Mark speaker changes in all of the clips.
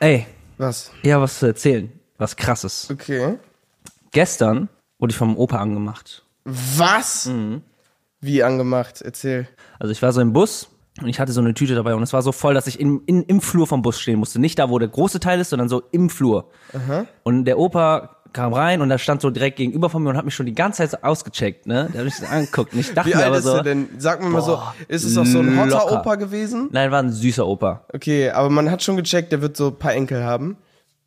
Speaker 1: Ey,
Speaker 2: Was?
Speaker 1: ich hab was zu erzählen. Was krasses.
Speaker 2: Okay.
Speaker 1: Gestern wurde ich vom Opa angemacht.
Speaker 2: Was? Wie angemacht? Erzähl.
Speaker 1: Also ich war so im Bus und ich hatte so eine Tüte dabei und es war so voll, dass ich in, in, im Flur vom Bus stehen musste. Nicht da, wo der große Teil ist, sondern so im Flur. Und der Opa kam rein und da stand so direkt gegenüber von mir und hat mich schon die ganze Zeit so ausgecheckt, ne? Der hat mich so angeguckt und ich dachte
Speaker 2: Wie
Speaker 1: mir
Speaker 2: alt
Speaker 1: aber
Speaker 2: ist
Speaker 1: so,
Speaker 2: er denn? Sag mir mal so, ist es auch so ein hotter
Speaker 1: locker.
Speaker 2: Opa gewesen?
Speaker 1: nein, war ein süßer Opa.
Speaker 2: Okay, aber man hat schon gecheckt, der wird so ein paar Enkel haben.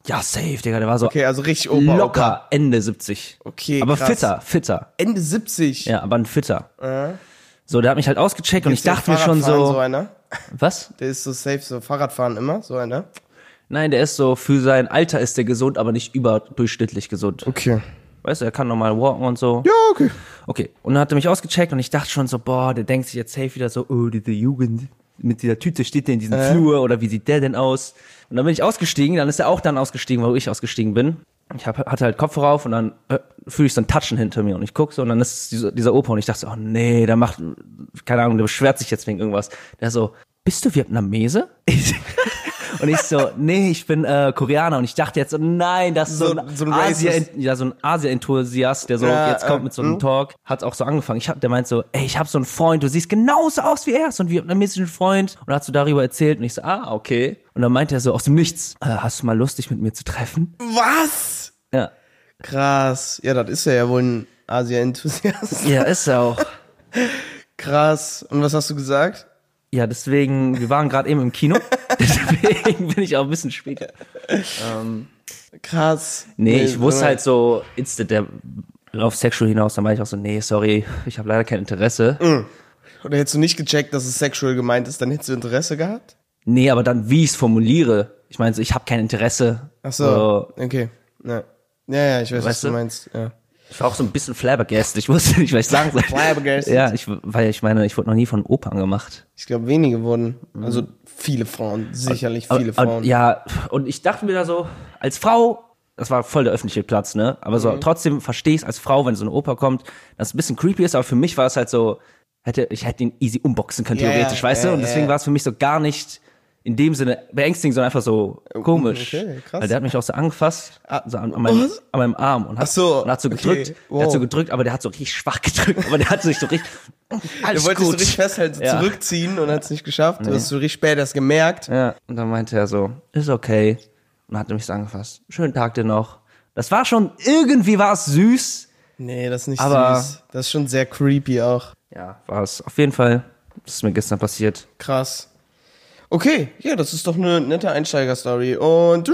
Speaker 1: Ja, safe, Digga, der war so
Speaker 2: Okay, also richtig Opa. Opa.
Speaker 1: locker Ende 70.
Speaker 2: Okay,
Speaker 1: aber
Speaker 2: krass.
Speaker 1: fitter, fitter.
Speaker 2: Ende 70.
Speaker 1: Ja, aber ein fitter. So, der hat mich halt ausgecheckt und ich
Speaker 2: Ist der
Speaker 1: dachte mir schon
Speaker 2: Fahrradfahren so
Speaker 1: so,
Speaker 2: einer?
Speaker 1: was?
Speaker 2: Der ist so safe, so Fahrradfahren immer, so einer.
Speaker 1: Nein, der ist so, für sein Alter ist der gesund, aber nicht überdurchschnittlich gesund.
Speaker 2: Okay.
Speaker 1: Weißt du, er kann normal walken und so.
Speaker 2: Ja, okay.
Speaker 1: Okay, und dann hat er mich ausgecheckt und ich dachte schon so, boah, der denkt sich jetzt safe wieder so, oh, diese Jugend mit dieser Tüte steht der in
Speaker 2: Äh.
Speaker 1: diesem Flur oder wie sieht der denn aus? Und dann bin ich ausgestiegen, dann ist er auch dann ausgestiegen, wo ich ausgestiegen bin. Ich hab, hatte halt Kopfhörer auf und dann äh, fühle ich so ein Touchen hinter mir und ich gucke so und dann ist dieser, dieser Opa und ich dachte so, oh nee, der macht, keine Ahnung, der beschwert sich jetzt wegen irgendwas. Der so, bist du Vietnamese? Ich, und ich so, nee, ich bin äh, Koreaner und ich dachte jetzt, oh nein, das ist so,
Speaker 2: So-
Speaker 1: ein,
Speaker 2: so ein
Speaker 1: Asia,
Speaker 2: Racist.
Speaker 1: ja, so ein Asia-Enthusiast, der so
Speaker 2: Ja,
Speaker 1: jetzt kommt
Speaker 2: äh,
Speaker 1: mit so einem Talk, hat auch so angefangen. Ich hab, der meint so, ey, ich habe so einen Freund, du siehst genauso aus wie er, so einen vietnamesischen Freund. Und hat so darüber erzählt und ich so, ah, okay. Und dann meinte er so aus dem Nichts, äh, hast du mal Lust, dich mit mir zu treffen?
Speaker 2: Was?
Speaker 1: Ja,
Speaker 2: Krass. Ja, das ist er ja wohl ein Asia-Enthusiast.
Speaker 1: ja ist er auch.
Speaker 2: Krass. Und was hast du gesagt?
Speaker 1: Ja, deswegen, wir waren gerade eben im Kino, deswegen bin ich auch ein bisschen später.
Speaker 2: Krass.
Speaker 1: Nee, ich wusste
Speaker 2: so-
Speaker 1: halt so instant der auf Sexual hinaus, dann meinte ich auch so, nee, sorry, ich habe leider kein Interesse.
Speaker 2: Oder hättest du nicht gecheckt, dass es sexual gemeint ist, dann hättest du Interesse gehabt?
Speaker 1: Nee, aber dann, wie ich es formuliere, ich meine so, ich habe kein Interesse.
Speaker 2: Ach so. Okay. Ja. ja, ja, ich weiß, was
Speaker 1: Weißt
Speaker 2: du
Speaker 1: du?
Speaker 2: meinst. Ja.
Speaker 1: Ich war auch so ein bisschen flabbergasted. Ich wusste nicht, was ich sagen soll.
Speaker 2: Flabbergasted.
Speaker 1: Ja, ich, weil ich meine, ich wurde noch nie von Opern gemacht.
Speaker 2: Ich glaube, wenige wurden. Also viele Frauen, sicherlich viele
Speaker 1: Mhm. Und-
Speaker 2: Frauen.
Speaker 1: Und, ja, und ich dachte mir da so, als Frau, das war voll der öffentliche Platz, ne? Aber
Speaker 2: Mhm.
Speaker 1: so trotzdem verstehe ich es als Frau, wenn so eine Oper kommt, dass es ein bisschen creepy ist, aber für mich war es halt so, hätte, ich hätte ihn easy unboxen können,
Speaker 2: Ja,
Speaker 1: theoretisch,
Speaker 2: ja,
Speaker 1: weißt
Speaker 2: ja,
Speaker 1: du? Und
Speaker 2: ja,
Speaker 1: deswegen
Speaker 2: ja.
Speaker 1: war es für mich so gar nicht in dem Sinne beängstigend, sondern einfach so komisch.
Speaker 2: okay, krass. Ah,
Speaker 1: Weil der hat mich auch so angefasst, so an, an, meinem,
Speaker 2: was?
Speaker 1: an meinem Arm und hat,
Speaker 2: Ach so,
Speaker 1: und hat so
Speaker 2: okay,
Speaker 1: gedrückt. Der hat so
Speaker 2: wow.
Speaker 1: gedrückt, aber der hat so richtig schwach gedrückt, aber der hat sich so richtig,
Speaker 2: Du
Speaker 1: alles
Speaker 2: wolltest
Speaker 1: gut.
Speaker 2: so richtig festhalten, so
Speaker 1: Ja.
Speaker 2: zurückziehen und hat es nicht geschafft. Du hast so richtig spät erst gemerkt.
Speaker 1: Ja, und dann meinte er so, ist okay. Und hat mich so angefasst. Schönen Tag dir noch. Das war schon, irgendwie war es süß.
Speaker 2: Nee, das ist nicht
Speaker 1: Aber-
Speaker 2: süß. Das ist schon sehr creepy auch.
Speaker 1: Ja, war es auf jeden Fall. Das ist mir gestern passiert.
Speaker 2: Krass. Okay, ja, das ist doch eine nette Einsteiger-Story. Und.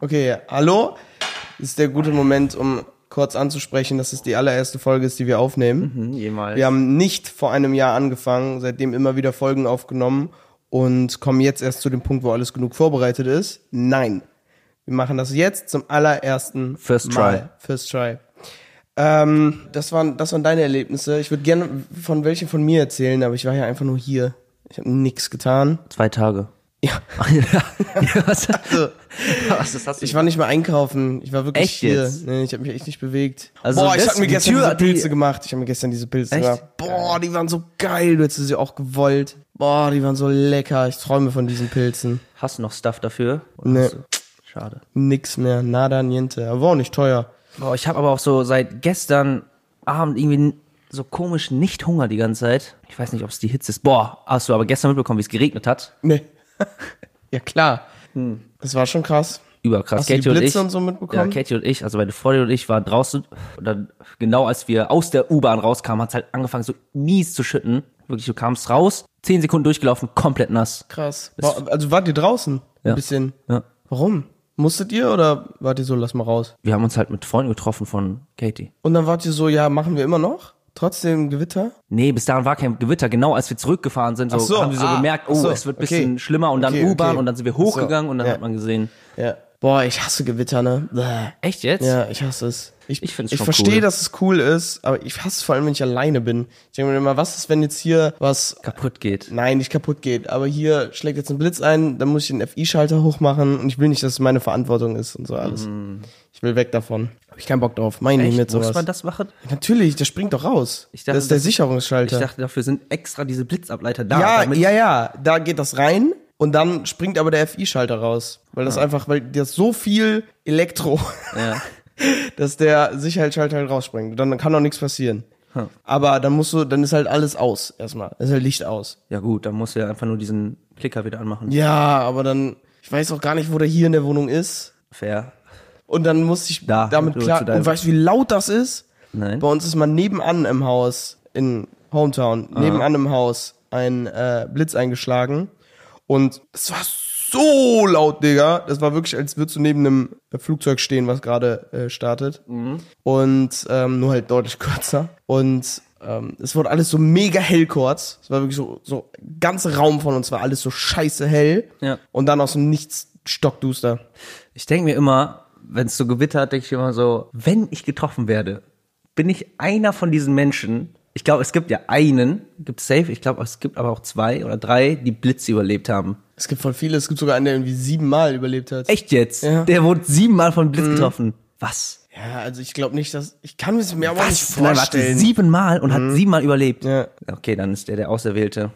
Speaker 2: Okay, ja. hallo? Das ist der gute Moment, um kurz anzusprechen, dass es die allererste Folge ist, die wir aufnehmen.
Speaker 1: Mhm, Jemals.
Speaker 2: Wir haben nicht vor einem Jahr angefangen, seitdem immer wieder Folgen aufgenommen und kommen jetzt erst zu dem Punkt, wo alles genug vorbereitet ist. Nein. Wir machen das jetzt zum allerersten
Speaker 1: First
Speaker 2: Mal. First Try. Ähm, das, waren, das waren deine Erlebnisse. Ich würde gerne von welchen von mir erzählen, aber ich war ja einfach nur hier. Ich habe nichts getan.
Speaker 1: Zwei Tage.
Speaker 2: Ja.
Speaker 1: Ach ja. Ja, was, was das hast du
Speaker 2: Ich war nicht mal einkaufen. Ich war wirklich
Speaker 1: Echt
Speaker 2: hier.
Speaker 1: jetzt?
Speaker 2: Nee, ich habe mich echt nicht bewegt.
Speaker 1: Also
Speaker 2: Boah, ich
Speaker 1: das-
Speaker 2: habe mir
Speaker 1: die
Speaker 2: gestern
Speaker 1: Tür
Speaker 2: diese
Speaker 1: hat die-
Speaker 2: Pilze gemacht. Ich habe mir gestern diese Pilze
Speaker 1: Echt?
Speaker 2: gemacht. Boah, die waren so geil. Du hättest sie auch gewollt. Boah, die waren so lecker. Ich träume von diesen Pilzen.
Speaker 1: hast du noch Stuff dafür? Oder
Speaker 2: Nee.
Speaker 1: hast du- Schade.
Speaker 2: Nix mehr. Nada, niente. Aber war auch nicht teuer.
Speaker 1: Boah, ich habe aber auch so seit gestern Abend irgendwie so komisch nicht Hunger die ganze Zeit. Ich weiß nicht, ob es die Hitze ist. Boah, hast du aber gestern mitbekommen, wie es geregnet hat?
Speaker 2: Nee. ja, klar. Das war schon krass.
Speaker 1: Überkrass.
Speaker 2: Hast du die
Speaker 1: Katie und
Speaker 2: Blitze
Speaker 1: ich,
Speaker 2: und so mitbekommen?
Speaker 1: Ja, Katie und ich, also meine Freundin und ich waren draußen und dann, genau als wir aus der U-Bahn rauskamen, hat es halt angefangen so mies zu schütten. Wirklich, du kamst raus, zehn Sekunden durchgelaufen, komplett nass.
Speaker 2: Krass. Boah, also wart ihr draußen?
Speaker 1: Ja.
Speaker 2: Ein bisschen.
Speaker 1: Ja.
Speaker 2: Warum? Musstet ihr oder wart ihr so, lass mal raus?
Speaker 1: Wir haben uns halt mit Freunden getroffen von Katie.
Speaker 2: Und dann wart ihr so, ja, machen wir immer noch? Trotzdem Gewitter?
Speaker 1: Nee, bis dahin war kein Gewitter. Genau als wir zurückgefahren sind, so,
Speaker 2: Ach so,
Speaker 1: haben wir so
Speaker 2: ah,
Speaker 1: gemerkt, oh,
Speaker 2: ach so,
Speaker 1: es wird ein
Speaker 2: okay.
Speaker 1: bisschen schlimmer und dann
Speaker 2: Okay,
Speaker 1: U-Bahn
Speaker 2: okay.
Speaker 1: und dann sind wir
Speaker 2: Ach so,
Speaker 1: hochgegangen und dann
Speaker 2: ja.
Speaker 1: hat man gesehen.
Speaker 2: Ja. Boah, ich hasse Gewitter, ne? Bäh.
Speaker 1: Echt jetzt?
Speaker 2: Ja, ich hasse es.
Speaker 1: Ich find's
Speaker 2: Ich
Speaker 1: schon
Speaker 2: verstehe,
Speaker 1: cool.
Speaker 2: dass es cool ist, aber ich hasse es vor allem, wenn ich alleine bin. Ich denke mir immer, was ist, wenn jetzt hier was,
Speaker 1: Kaputt geht.
Speaker 2: nein, nicht kaputt geht, aber hier schlägt jetzt ein Blitz ein, dann muss ich den FI-Schalter hochmachen und ich will nicht, dass es meine Verantwortung ist und so alles. Ich will weg davon. Hab ich keinen Bock drauf. Meine nicht
Speaker 1: Mhm. Echt?
Speaker 2: mit
Speaker 1: Muss
Speaker 2: sowas.
Speaker 1: man das machen?
Speaker 2: Natürlich, der springt doch raus.
Speaker 1: Ich dachte,
Speaker 2: das ist der
Speaker 1: das-
Speaker 2: Sicherungsschalter.
Speaker 1: Ich dachte, dafür sind extra diese Blitzableiter da.
Speaker 2: Ja,
Speaker 1: Ah, damit-
Speaker 2: ja, ja, da geht das rein Und dann springt aber der FI-Schalter raus. Weil das einfach, weil das so viel Elektro,
Speaker 1: Ah. Ja.
Speaker 2: dass der Sicherheitsschalter halt rausspringt. Dann kann auch nichts passieren. Aber dann musst du, dann ist halt alles aus erstmal. Ist halt Licht aus.
Speaker 1: ja gut, dann musst du ja einfach nur diesen Klicker wieder anmachen.
Speaker 2: Ja, aber dann, ich weiß auch gar nicht, wo der hier in der Wohnung ist.
Speaker 1: Fair.
Speaker 2: Und dann muss ich
Speaker 1: Da,
Speaker 2: damit
Speaker 1: du-
Speaker 2: klar.
Speaker 1: zu deinem-
Speaker 2: Und weißt du, wie laut das ist?
Speaker 1: Nein.
Speaker 2: Bei uns ist man nebenan im Haus, in Hometown, nebenan im Haus ein äh, Blitz eingeschlagen. Und es war so laut, Digga. Das war wirklich, als würdest du neben einem äh, Flugzeug stehen, was gerade äh, startet.
Speaker 1: Mhm.
Speaker 2: Und ähm, nur halt deutlich kürzer. Und ähm, es wurde alles so mega hell kurz. Es war wirklich so, so ganze Raum von uns war alles so scheiße hell.
Speaker 1: Ja.
Speaker 2: Und dann aus dem Nichts stockduster.
Speaker 1: Ich denke mir immer, wenn es so gewittert, denke ich immer so, wenn ich getroffen werde, bin ich einer von diesen Menschen. Ich glaube, es gibt ja einen, gibt safe, ich glaube, es gibt aber auch zwei oder drei, die Blitze überlebt haben.
Speaker 2: Es gibt voll viele. Es gibt sogar einen, der irgendwie siebenmal überlebt hat.
Speaker 1: Echt jetzt?
Speaker 2: Ja. Mhm.
Speaker 1: Der wurde siebenmal von Blitz getroffen. Was?
Speaker 2: Ja, also ich glaube nicht, dass. Ich kann mir's mir aber auch nicht
Speaker 1: Was? Nein, warte,
Speaker 2: vorstellen. Mhm.
Speaker 1: siebenmal und hat siebenmal überlebt.
Speaker 2: Ja.
Speaker 1: Okay, dann ist der der Auserwählte.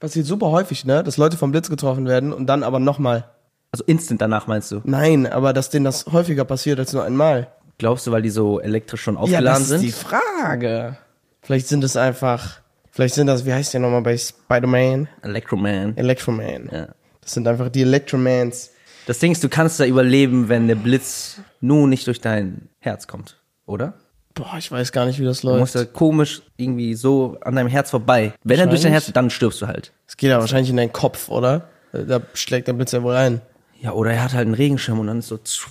Speaker 2: Passiert super häufig, ne? Dass Leute vom Blitz getroffen werden und dann aber nochmal.
Speaker 1: Also instant danach meinst du?
Speaker 2: Nein, aber dass denen das häufiger passiert als nur einmal.
Speaker 1: Glaubst du, weil die so elektrisch schon
Speaker 2: Ja,
Speaker 1: aufgeladen
Speaker 2: das ist
Speaker 1: sind?
Speaker 2: die Frage. Vielleicht sind es einfach. Vielleicht sind das, wie heißt der nochmal bei Spider-Man?
Speaker 1: Electroman.
Speaker 2: Electroman.
Speaker 1: Ja.
Speaker 2: Das sind einfach die Electromans.
Speaker 1: Das Ding ist, du kannst da überleben, wenn der Blitz nur nicht durch dein Herz kommt, oder?
Speaker 2: Boah, ich weiß gar nicht, wie das
Speaker 1: Du musst
Speaker 2: läuft.
Speaker 1: ja komisch irgendwie so an deinem Herz vorbei. Wenn er durch dein
Speaker 2: Wahrscheinlich.
Speaker 1: Herz, dann stirbst du halt.
Speaker 2: Es geht ja wahrscheinlich in deinen Kopf, oder? Da schlägt der Blitz ja wohl ein.
Speaker 1: Ja, oder er hat halt einen Regenschirm und dann ist so tsch-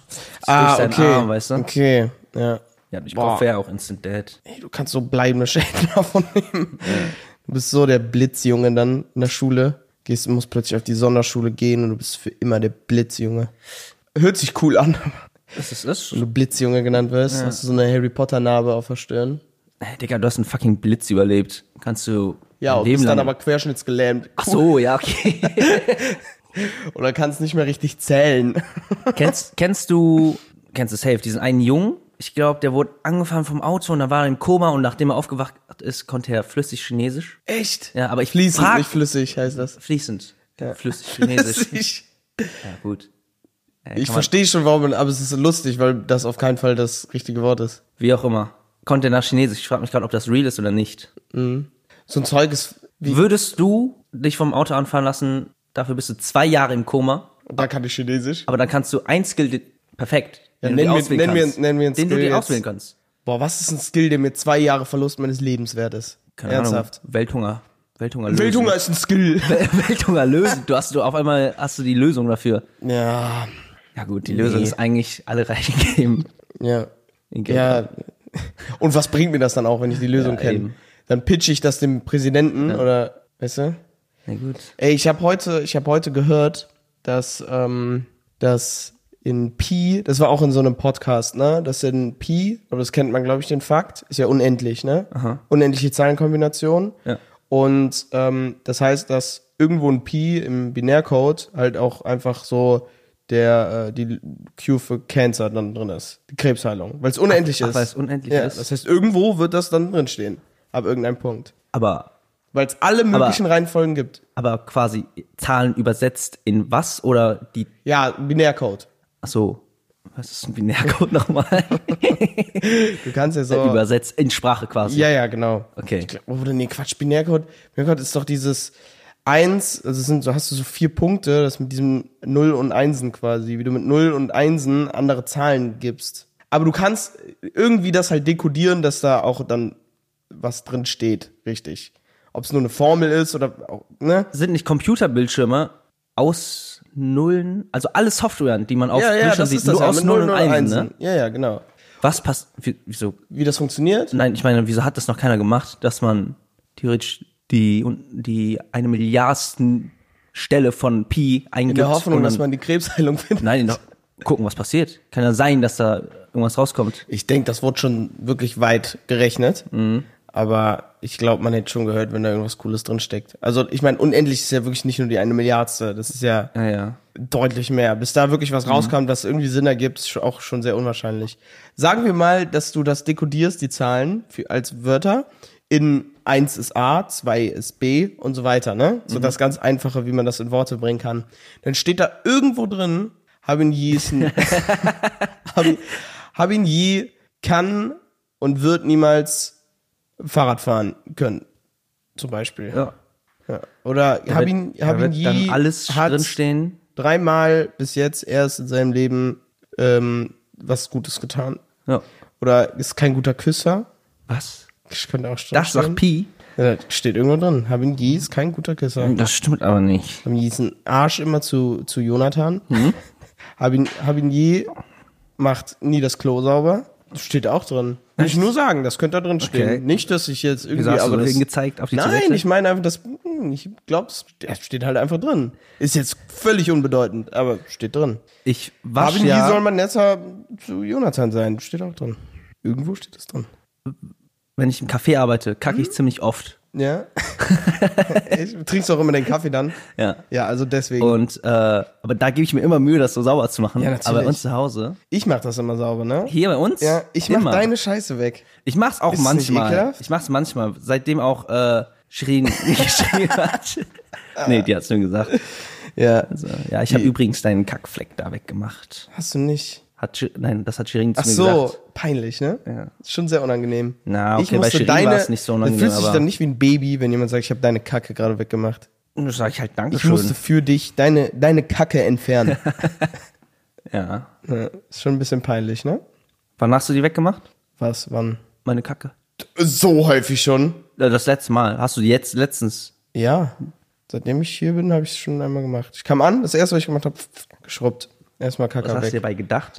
Speaker 1: durch seinen Arm, weißt du?
Speaker 2: Okay, ja.
Speaker 1: Ah, Ja, ich
Speaker 2: Ah, Boah.
Speaker 1: glaube, wäre auch instant dead.
Speaker 2: Ey, du kannst so bleibende Schäden davon nehmen. Du bist so der Blitzjunge dann in der Schule. Gehst, musst plötzlich auf die Sonderschule gehen und du bist für immer der Blitzjunge. Hört sich cool an,
Speaker 1: Das ist es.
Speaker 2: wenn du Blitzjunge genannt wirst. Hast du so eine Harry Potter-Narbe auf der Stirn.
Speaker 1: Hey, Digga, du hast einen fucking Blitz überlebt. Kannst du
Speaker 2: Ja,
Speaker 1: ein
Speaker 2: und
Speaker 1: Leben
Speaker 2: bist dann
Speaker 1: lang...
Speaker 2: aber querschnittsgelähmt.
Speaker 1: Ach so, ja, okay.
Speaker 2: Oder kannst nicht mehr richtig zählen.
Speaker 1: kennst, kennst du, kennst du safe, diesen einen Jungen? Ich glaube, der wurde angefahren vom Auto und da war er im Koma und nachdem er aufgewacht ist, konnte er flüssig Chinesisch.
Speaker 2: Echt?
Speaker 1: Ja, aber ich
Speaker 2: Fließend,
Speaker 1: frag-
Speaker 2: nicht flüssig heißt das.
Speaker 1: Fließend.
Speaker 2: Ja.
Speaker 1: Flüssig Chinesisch.
Speaker 2: Flüssig.
Speaker 1: ja, gut. Ja,
Speaker 2: Ich
Speaker 1: kann man-
Speaker 2: verstehe schon, warum, aber es ist lustig, weil das auf keinen Fall das richtige Wort ist.
Speaker 1: Wie auch immer. Konnte nach Chinesisch. Ich frage mich gerade, ob das real ist oder nicht.
Speaker 2: So ein Zeug ist, wie,
Speaker 1: Würdest du dich vom Auto anfahren lassen, dafür bist du zwei Jahre im Koma,
Speaker 2: da kann ich Chinesisch.
Speaker 1: aber dann kannst du ein Skill di- perfekt, den
Speaker 2: nenn
Speaker 1: du
Speaker 2: mir-
Speaker 1: dir auswählen
Speaker 2: nenn mir-
Speaker 1: kannst,
Speaker 2: nenn mir einen
Speaker 1: den du
Speaker 2: Skill
Speaker 1: dir
Speaker 2: jetzt.
Speaker 1: auswählen kannst.
Speaker 2: Boah, was ist ein Skill, der mir zwei Jahre Verlust meines Lebens wert ist?
Speaker 1: Keine
Speaker 2: Ernsthaft.
Speaker 1: Ahnung. Welthunger. Welthunger lösen.
Speaker 2: Bildung ist ein Skill.
Speaker 1: Welthunger lösen. Du hast du auf einmal hast du die Lösung dafür.
Speaker 2: Ja,
Speaker 1: Ja gut, die Lösung
Speaker 2: Nee.
Speaker 1: ist eigentlich alle Reichen geben.
Speaker 2: ja.
Speaker 1: In Geld.
Speaker 2: Ja. Und was bringt mir das dann auch, wenn ich die Lösung
Speaker 1: Ja,
Speaker 2: kenne?
Speaker 1: eben.
Speaker 2: Dann pitch ich das dem Präsidenten oder, weißt du?
Speaker 1: Na gut.
Speaker 2: Ey, ich habe heute, ich habe heute gehört, dass, ähm, dass in Pi, das war auch in so einem Podcast, ne, dass in Pi, aber das kennt man, glaube ich, den Fakt, ist ja unendlich, ne, unendliche Zahlenkombination.
Speaker 1: Ja.
Speaker 2: Und ähm, das heißt, dass irgendwo ein Pi im Binärcode halt auch einfach so der äh, die Q für Cancer dann drin ist, die Krebsheilung, weil es unendlich
Speaker 1: Ach,
Speaker 2: ist.
Speaker 1: weil es unendlich
Speaker 2: ja,
Speaker 1: ist.
Speaker 2: Das heißt, irgendwo wird das dann drin stehen, ab irgendeinem Punkt,
Speaker 1: Aber
Speaker 2: weil es alle möglichen Reihenfolgen gibt.
Speaker 1: aber quasi Zahlen übersetzt in was oder die
Speaker 2: Ja, Binärcode.
Speaker 1: Ach so, was ist ein Binärcode nochmal?
Speaker 2: Du kannst ja so.
Speaker 1: Übersetzt in Sprache quasi.
Speaker 2: ja, ja, genau.
Speaker 1: Äh, Okay.
Speaker 2: Ich glaub, oder nee, Quatsch, Binärcode. Binärcode ist doch dieses Eins, also es sind so, hast du so vier Punkte, das mit diesem Null und Einsen quasi, wie du mit Null und Einsen andere Zahlen gibst. Aber du kannst irgendwie das halt dekodieren, dass da auch dann was drin steht, richtig. Ob es nur eine Formel ist oder auch, ne?
Speaker 1: Sind nicht Computerbildschirme aus Nullen, also alle Softwaren, die man auf
Speaker 2: ja, ja,
Speaker 1: Bildschirmen
Speaker 2: das
Speaker 1: sieht,
Speaker 2: ist das
Speaker 1: nur
Speaker 2: ja,
Speaker 1: aus
Speaker 2: mit
Speaker 1: Nullen und
Speaker 2: Null
Speaker 1: Einsen, ne?
Speaker 2: Ja, ja, genau.
Speaker 1: Was passt, wie- wieso,
Speaker 2: Wie das funktioniert?
Speaker 1: nein, ich meine, wieso hat das noch keiner gemacht, dass man theoretisch die, und die eine Milliardsten Stelle von Pi eingibt?
Speaker 2: In der Hoffnung,
Speaker 1: und dann,
Speaker 2: dass man die Krebsheilung findet.
Speaker 1: Nein, doch, gucken, was passiert. Kann ja sein, dass da irgendwas rauskommt.
Speaker 2: Ich denke, das wurde schon wirklich weit gerechnet. Aber ich glaube, man hätte schon gehört, wenn da irgendwas Cooles drin steckt. Also ich meine, unendlich ist ja wirklich nicht nur die eine Milliardste. Das ist ja
Speaker 1: Ja, Ah, ja.
Speaker 2: deutlich mehr. Bis da wirklich
Speaker 1: Mhm.
Speaker 2: was rauskam, was irgendwie Sinn ergibt, ist schon- auch schon sehr unwahrscheinlich. Sagen wir mal, dass du das dekodierst, die Zahlen für, als Wörter in eins ist A, zwei ist B und so weiter, ne?
Speaker 1: Mhm.
Speaker 2: So das ganz einfache, wie man das in Worte bringen kann. Dann steht da irgendwo drin, haben Jisen, haben, haben Ji kann und wird niemals Fahrrad fahren können, zum Beispiel.
Speaker 1: Ja.
Speaker 2: Ja. Oder
Speaker 1: Da
Speaker 2: Habin,
Speaker 1: wird- da
Speaker 2: Habin
Speaker 1: wird
Speaker 2: Yi
Speaker 1: dann alles
Speaker 2: hat
Speaker 1: drinstehen.
Speaker 2: dreimal bis jetzt erst in seinem Leben ähm, was Gutes getan.
Speaker 1: Ja.
Speaker 2: Oder ist kein guter Küsser.
Speaker 1: Was?
Speaker 2: Ich könnte auch schon
Speaker 1: Das sagt Pi.
Speaker 2: Ja, das steht irgendwo drin. Habin Yi ist kein guter Küsser.
Speaker 1: Das stimmt aber nicht.
Speaker 2: Habin Yi ist ein Arsch immer zu, zu Jonathan.
Speaker 1: Mhm.
Speaker 2: Habin, Habin Yi macht nie das Klo sauber. Das steht auch drin. Will ich nur sagen, das könnte da drin stehen.
Speaker 1: Okay.
Speaker 2: Nicht, dass ich jetzt irgendwie...
Speaker 1: Wieso hast du
Speaker 2: aber das-
Speaker 1: deswegen gezeigt auf die
Speaker 2: Nein,
Speaker 1: Toilette?
Speaker 2: ich meine einfach, das, hm, ich glaub's, das steht halt einfach drin. Ist jetzt völlig unbedeutend, aber steht drin.
Speaker 1: ich wasch
Speaker 2: Haben
Speaker 1: ja,
Speaker 2: die soll man netter zu Jonathan sein, steht auch drin. Irgendwo steht das drin.
Speaker 1: wenn ich im Café arbeite, kacke
Speaker 2: Mhm.
Speaker 1: ich ziemlich oft.
Speaker 2: Ja. ich trinkst auch immer den Kaffee dann.
Speaker 1: Ja.
Speaker 2: Ja, also deswegen.
Speaker 1: Und äh, aber da gebe ich mir immer Mühe, das so sauber zu machen.
Speaker 2: Ja, natürlich.
Speaker 1: aber bei uns zu Hause.
Speaker 2: Ich mach das immer sauber, ne?
Speaker 1: Hier bei uns?
Speaker 2: Ja, ich mach
Speaker 1: immer.
Speaker 2: deine Scheiße weg.
Speaker 1: Ich mach's auch
Speaker 2: Ist es nicht
Speaker 1: manchmal.
Speaker 2: ekelhaft?
Speaker 1: Ich mach's manchmal. Seitdem auch äh, Shirin nicht geschrien hat. nee, die hat's nur gesagt.
Speaker 2: Ja.
Speaker 1: Also, ja, ich habe übrigens deinen Kackfleck da weggemacht.
Speaker 2: Hast du nicht.
Speaker 1: Hat Shir- nein, das hat Shirin zu
Speaker 2: Ach
Speaker 1: mir
Speaker 2: so,
Speaker 1: gesagt.
Speaker 2: peinlich, ne?
Speaker 1: Ja.
Speaker 2: Ist Schon sehr unangenehm.
Speaker 1: Na, okay,
Speaker 2: ich
Speaker 1: bei
Speaker 2: musste
Speaker 1: Shirin
Speaker 2: deine,
Speaker 1: war's nicht so unangenehm,
Speaker 2: Dann fühlst du dich
Speaker 1: aber-
Speaker 2: dann nicht wie ein Baby, wenn jemand sagt, ich habe deine Kacke gerade weggemacht.
Speaker 1: Und da sag ich halt
Speaker 2: Ich
Speaker 1: Dankeschön.
Speaker 2: musste für dich deine, deine Kacke entfernen.
Speaker 1: ja.
Speaker 2: ja, ist schon ein bisschen peinlich, ne?
Speaker 1: Wann hast du die weggemacht?
Speaker 2: Was, wann?
Speaker 1: Meine Kacke.
Speaker 2: So häufig schon.
Speaker 1: Äh, Das letzte Mal. Hast du die jetzt letztens?
Speaker 2: Ja. Seitdem ich hier bin, habe ich es schon einmal gemacht. Ich kam an, das erste, was ich gemacht habe, geschrubbt. Erstmal
Speaker 1: Was
Speaker 2: Kacke
Speaker 1: hast du dir
Speaker 2: weg.
Speaker 1: dabei gedacht?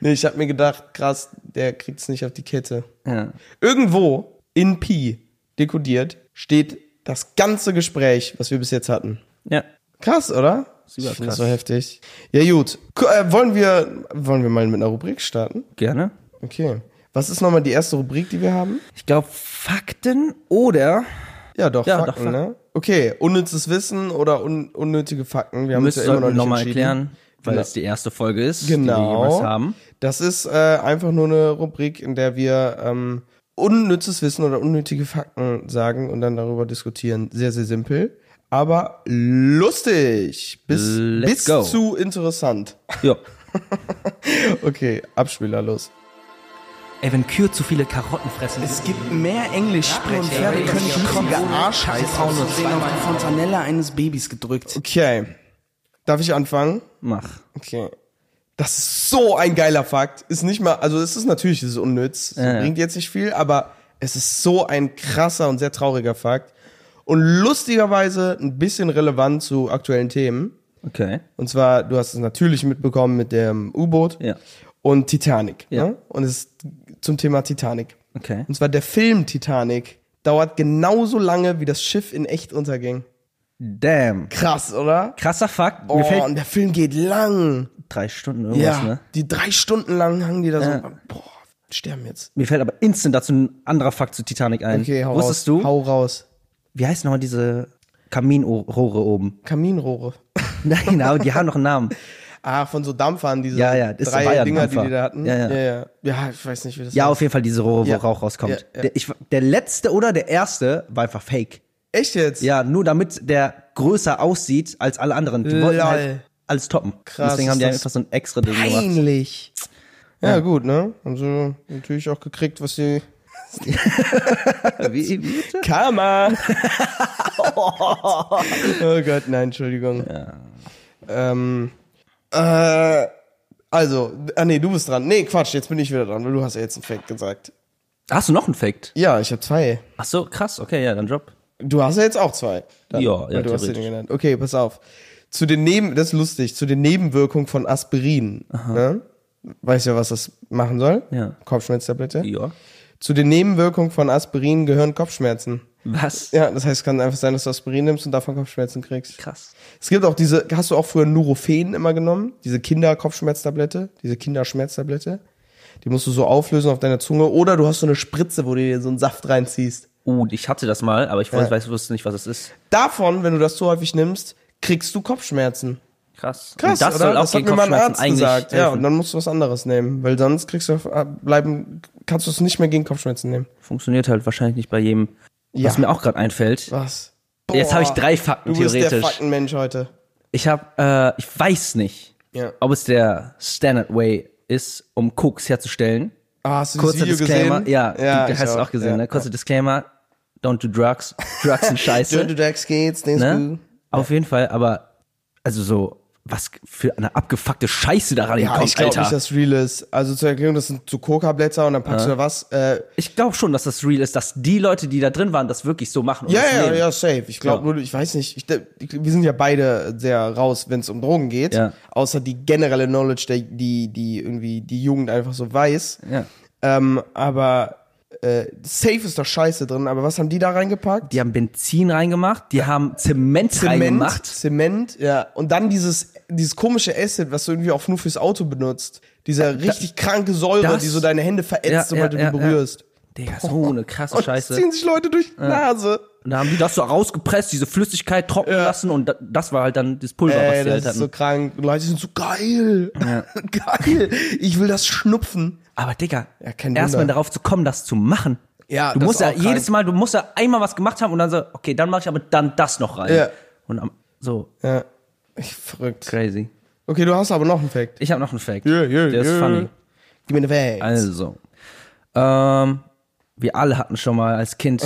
Speaker 2: Nee, ich habe mir gedacht, krass, der kriegt es nicht auf die Kette.
Speaker 1: Ja.
Speaker 2: Irgendwo in Pi dekodiert steht das ganze Gespräch, was wir bis jetzt hatten.
Speaker 1: ja.
Speaker 2: Krass, oder?
Speaker 1: Super
Speaker 2: ich finde
Speaker 1: krass.
Speaker 2: das so heftig. Ja, gut. K äh, wollen, wir, wollen wir mal mit einer Rubrik starten?
Speaker 1: Gerne.
Speaker 2: Okay. Was ist nochmal die erste Rubrik, die wir haben?
Speaker 1: Ich glaube, Fakten oder
Speaker 2: Ja, doch,
Speaker 1: Ja,
Speaker 2: Fakten,
Speaker 1: doch, Fak-
Speaker 2: ne? Okay, unnützes Wissen oder un unnötige Fakten. Wir haben
Speaker 1: müsst
Speaker 2: uns
Speaker 1: ihr
Speaker 2: ja immer noch nicht
Speaker 1: nochmal
Speaker 2: entschieden.
Speaker 1: erklären, weil
Speaker 2: Genau.
Speaker 1: es die erste Folge ist, die wir
Speaker 2: Genau.
Speaker 1: jemals haben.
Speaker 2: Das ist äh, einfach nur eine Rubrik, in der wir ähm, unnützes Wissen oder unnötige Fakten sagen und dann darüber diskutieren. Sehr, sehr simpel. Aber lustig. Bis,
Speaker 1: Let's
Speaker 2: bis
Speaker 1: go.
Speaker 2: zu interessant.
Speaker 1: Ja.
Speaker 2: Okay, Abspieler los.
Speaker 1: Ey, wenn Kühe zu viele Karotten fressen,
Speaker 3: Es gibt mehr Englischsprechende. Pferde können schmutzige Arschheiße auszusehen auf die Fontanelle eines Babys gedrückt.
Speaker 2: Okay. Darf ich anfangen?
Speaker 1: mach.
Speaker 2: Okay. Das ist so ein geiler Fakt. Ist nicht mal, also es ist natürlich, es ist unnütz, es
Speaker 1: Ja.
Speaker 2: bringt jetzt nicht viel, aber es ist so ein krasser und sehr trauriger Fakt. Und lustigerweise ein bisschen relevant zu aktuellen Themen.
Speaker 1: Okay.
Speaker 2: Und zwar, du hast es natürlich mitbekommen mit dem U-Boot
Speaker 1: Ja.
Speaker 2: und Titanic.
Speaker 1: Ja.
Speaker 2: Ne? Und es ist zum Thema Titanic.
Speaker 1: Okay.
Speaker 2: Und zwar der Film Titanic dauert genauso lange, wie das Schiff in echt unterging.
Speaker 1: Damn.
Speaker 2: Krass, oder?
Speaker 1: Krasser Fakt.
Speaker 2: Oh,
Speaker 1: Mir fällt
Speaker 2: und der Film geht lang.
Speaker 1: drei Stunden irgendwas,
Speaker 2: ja,
Speaker 1: ne?
Speaker 2: die drei Stunden lang hangen die da
Speaker 1: Ja.
Speaker 2: so. Boah, sterben jetzt.
Speaker 1: Mir fällt aber instant dazu ein anderer Fakt zu Titanic ein.
Speaker 2: Okay, hau
Speaker 1: Wusstest
Speaker 2: raus.
Speaker 1: du?
Speaker 2: Hau raus.
Speaker 1: Wie heißt nochmal diese Kaminrohre oben?
Speaker 2: Kaminrohre.
Speaker 1: Nein, aber die haben noch einen Namen.
Speaker 2: Ah, von so Dampfern, diese
Speaker 1: Ja, ja, das
Speaker 2: drei
Speaker 1: war ja ein
Speaker 2: Dinger, die
Speaker 1: Dampfer.
Speaker 2: die da hatten.
Speaker 1: Ja, ja.
Speaker 2: ja, ja. Ja, ich weiß nicht, wie das
Speaker 1: Ja,
Speaker 2: heißt.
Speaker 1: auf jeden Fall diese Rohre, wo
Speaker 2: Ja.
Speaker 1: Rauch rauskommt.
Speaker 2: Ja, ja.
Speaker 1: Der, ich, der letzte oder der erste war einfach fake.
Speaker 2: Echt jetzt?
Speaker 1: Ja, nur damit der größer aussieht als alle anderen. Die wollten
Speaker 2: Lol.
Speaker 1: halt alles toppen.
Speaker 2: Krass,
Speaker 1: Deswegen haben die
Speaker 2: ist das
Speaker 1: einfach so ein extra Ding gemacht.
Speaker 2: Peinlich. Ja, gut, ne? Haben sie natürlich auch gekriegt, was sie.
Speaker 1: Wie, wie bitte?
Speaker 2: Karma! oh Gott, nein, Entschuldigung. Ähm, äh, also, ah nee, du bist dran. Nee, Quatsch, jetzt bin ich wieder dran, weil du hast ja jetzt einen Fake gesagt.
Speaker 1: Hast du noch einen Fake?
Speaker 2: Ja, ich habe zwei.
Speaker 1: Ach so, krass. Okay, ja, dann Job.
Speaker 2: Du hast ja jetzt auch zwei.
Speaker 1: Ja,
Speaker 2: Weil
Speaker 1: ja,
Speaker 2: du hast den
Speaker 1: theoretisch.
Speaker 2: genannt. Okay, pass auf. Zu den Neben, das ist lustig, zu den Nebenwirkungen von Aspirin. Ne? Weißt du, was das machen soll?
Speaker 1: Ja.
Speaker 2: Kopfschmerztablette.
Speaker 1: Ja.
Speaker 2: Zu den Nebenwirkungen von Aspirin gehören Kopfschmerzen.
Speaker 1: Was?
Speaker 2: Ja, das heißt, es kann einfach sein, dass du Aspirin nimmst und davon Kopfschmerzen kriegst.
Speaker 1: Krass.
Speaker 2: Es gibt auch diese, hast du auch früher Nurofen immer genommen? Diese Kinderkopfschmerztablette, diese Kinderschmerztablette. Die musst du so auflösen auf deiner Zunge. Oder du hast so eine Spritze, wo du dir so einen Saft reinziehst.
Speaker 1: Uh, ich hatte das mal, aber ich weiß,
Speaker 2: Ja.
Speaker 1: weiß, wusste nicht, was es ist.
Speaker 2: Davon, wenn du das zu häufig nimmst, kriegst du Kopfschmerzen.
Speaker 1: Krass.
Speaker 2: Krass,
Speaker 1: und das
Speaker 2: oder?
Speaker 1: soll auch
Speaker 2: das hat
Speaker 1: gegen
Speaker 2: mir mein
Speaker 1: Kopfschmerzen
Speaker 2: Arzt
Speaker 1: eigentlich äh,
Speaker 2: gesagt. Ja,
Speaker 1: helfen.
Speaker 2: und dann musst du was anderes nehmen, weil sonst kriegst du äh, bleiben, kannst du es nicht mehr gegen Kopfschmerzen nehmen.
Speaker 1: Funktioniert halt wahrscheinlich nicht bei jedem.
Speaker 2: Ja.
Speaker 1: Was mir auch gerade einfällt.
Speaker 2: Was?
Speaker 1: Jetzt habe ich drei
Speaker 2: Du
Speaker 1: Fakten
Speaker 2: bist der
Speaker 1: theoretisch.
Speaker 2: Faktenmensch heute.
Speaker 1: Ich habe, äh, ich weiß nicht,
Speaker 2: Ja.
Speaker 1: ob es der Standard Way ist, um Koks herzustellen.
Speaker 2: Ah, hast du
Speaker 1: Kurzer
Speaker 2: das Video
Speaker 1: Disclaimer.
Speaker 2: gesehen?
Speaker 1: Ja, du
Speaker 2: ich
Speaker 1: hast es auch gesehen,
Speaker 2: ja.
Speaker 1: ne? Kurzer Disclaimer. Don't do drugs. Drugs sind scheiße.
Speaker 2: Dirty Dax geht's, den
Speaker 1: ne? Auf jeden Fall, aber also so, was für eine abgefuckte Scheiße da rein
Speaker 2: Ja,
Speaker 1: kommt,
Speaker 2: ich glaube
Speaker 1: Alter.
Speaker 2: nicht, dass real ist. Also zur Erklärung, das sind so Coca-Blätter und dann packst du da was. Äh,
Speaker 1: ich glaube schon, dass das real ist, dass die Leute, die da drin waren, das wirklich so machen. und
Speaker 2: ja,
Speaker 1: das
Speaker 2: ja,
Speaker 1: nehmen.
Speaker 2: ja, safe. Ich glaube nur, ich weiß nicht. Ich, ich, wir sind ja beide sehr raus, wenn es um Drogen geht.
Speaker 1: Ja.
Speaker 2: Außer die generelle Knowledge, der, die, die irgendwie die Jugend einfach so weiß.
Speaker 1: ja.
Speaker 2: Ähm, aber äh, safe ist doch scheiße drin. Aber was haben die da reingepackt?
Speaker 1: Die haben Benzin reingemacht, die haben Zement, reingemacht.
Speaker 2: Zement, ja. Und dann dieses, dieses komische Acid, was du irgendwie auch nur fürs Auto benutzt. Dieser richtig kranke Säure,
Speaker 1: das-
Speaker 2: die so deine Hände verätzt,
Speaker 1: Ja,
Speaker 2: sobald
Speaker 1: ja,
Speaker 2: du
Speaker 1: ja,
Speaker 2: die
Speaker 1: ja.
Speaker 2: berührst.
Speaker 1: Digga,
Speaker 2: Oh
Speaker 1: so eine krasse
Speaker 2: Und
Speaker 1: Scheiße.
Speaker 2: das ziehen sich Leute durch die Nase.
Speaker 1: Und da haben die das so rausgepresst, diese Flüssigkeit trocken lassen und da, das war halt dann das Pulver, was
Speaker 2: Ey,
Speaker 1: die
Speaker 2: das
Speaker 1: halt
Speaker 2: ist
Speaker 1: hatten.
Speaker 2: so krank. Und Leute sind so geil. geil. Ich will das schnupfen.
Speaker 1: Aber Digga,
Speaker 2: Ja, kein
Speaker 1: erstmal
Speaker 2: Wunder.
Speaker 1: darauf zu kommen, das zu machen.
Speaker 2: Ja,
Speaker 1: du
Speaker 2: das
Speaker 1: musst
Speaker 2: ist
Speaker 1: ja
Speaker 2: auch krank.
Speaker 1: jedes Mal, du musst ja einmal was gemacht haben und dann so, okay, dann mache ich aber dann das noch rein.
Speaker 2: Ja.
Speaker 1: Und am, so
Speaker 2: Ja. Ich verrückt.
Speaker 1: crazy.
Speaker 2: Okay, du hast aber noch einen Fact.
Speaker 1: Ich habe noch einen Fact.
Speaker 2: Yeah, yeah,
Speaker 1: Der ist
Speaker 2: yeah.
Speaker 1: funny.
Speaker 2: Gib mir eine Fact.
Speaker 1: Also, ähm, wir alle hatten schon mal als Kind,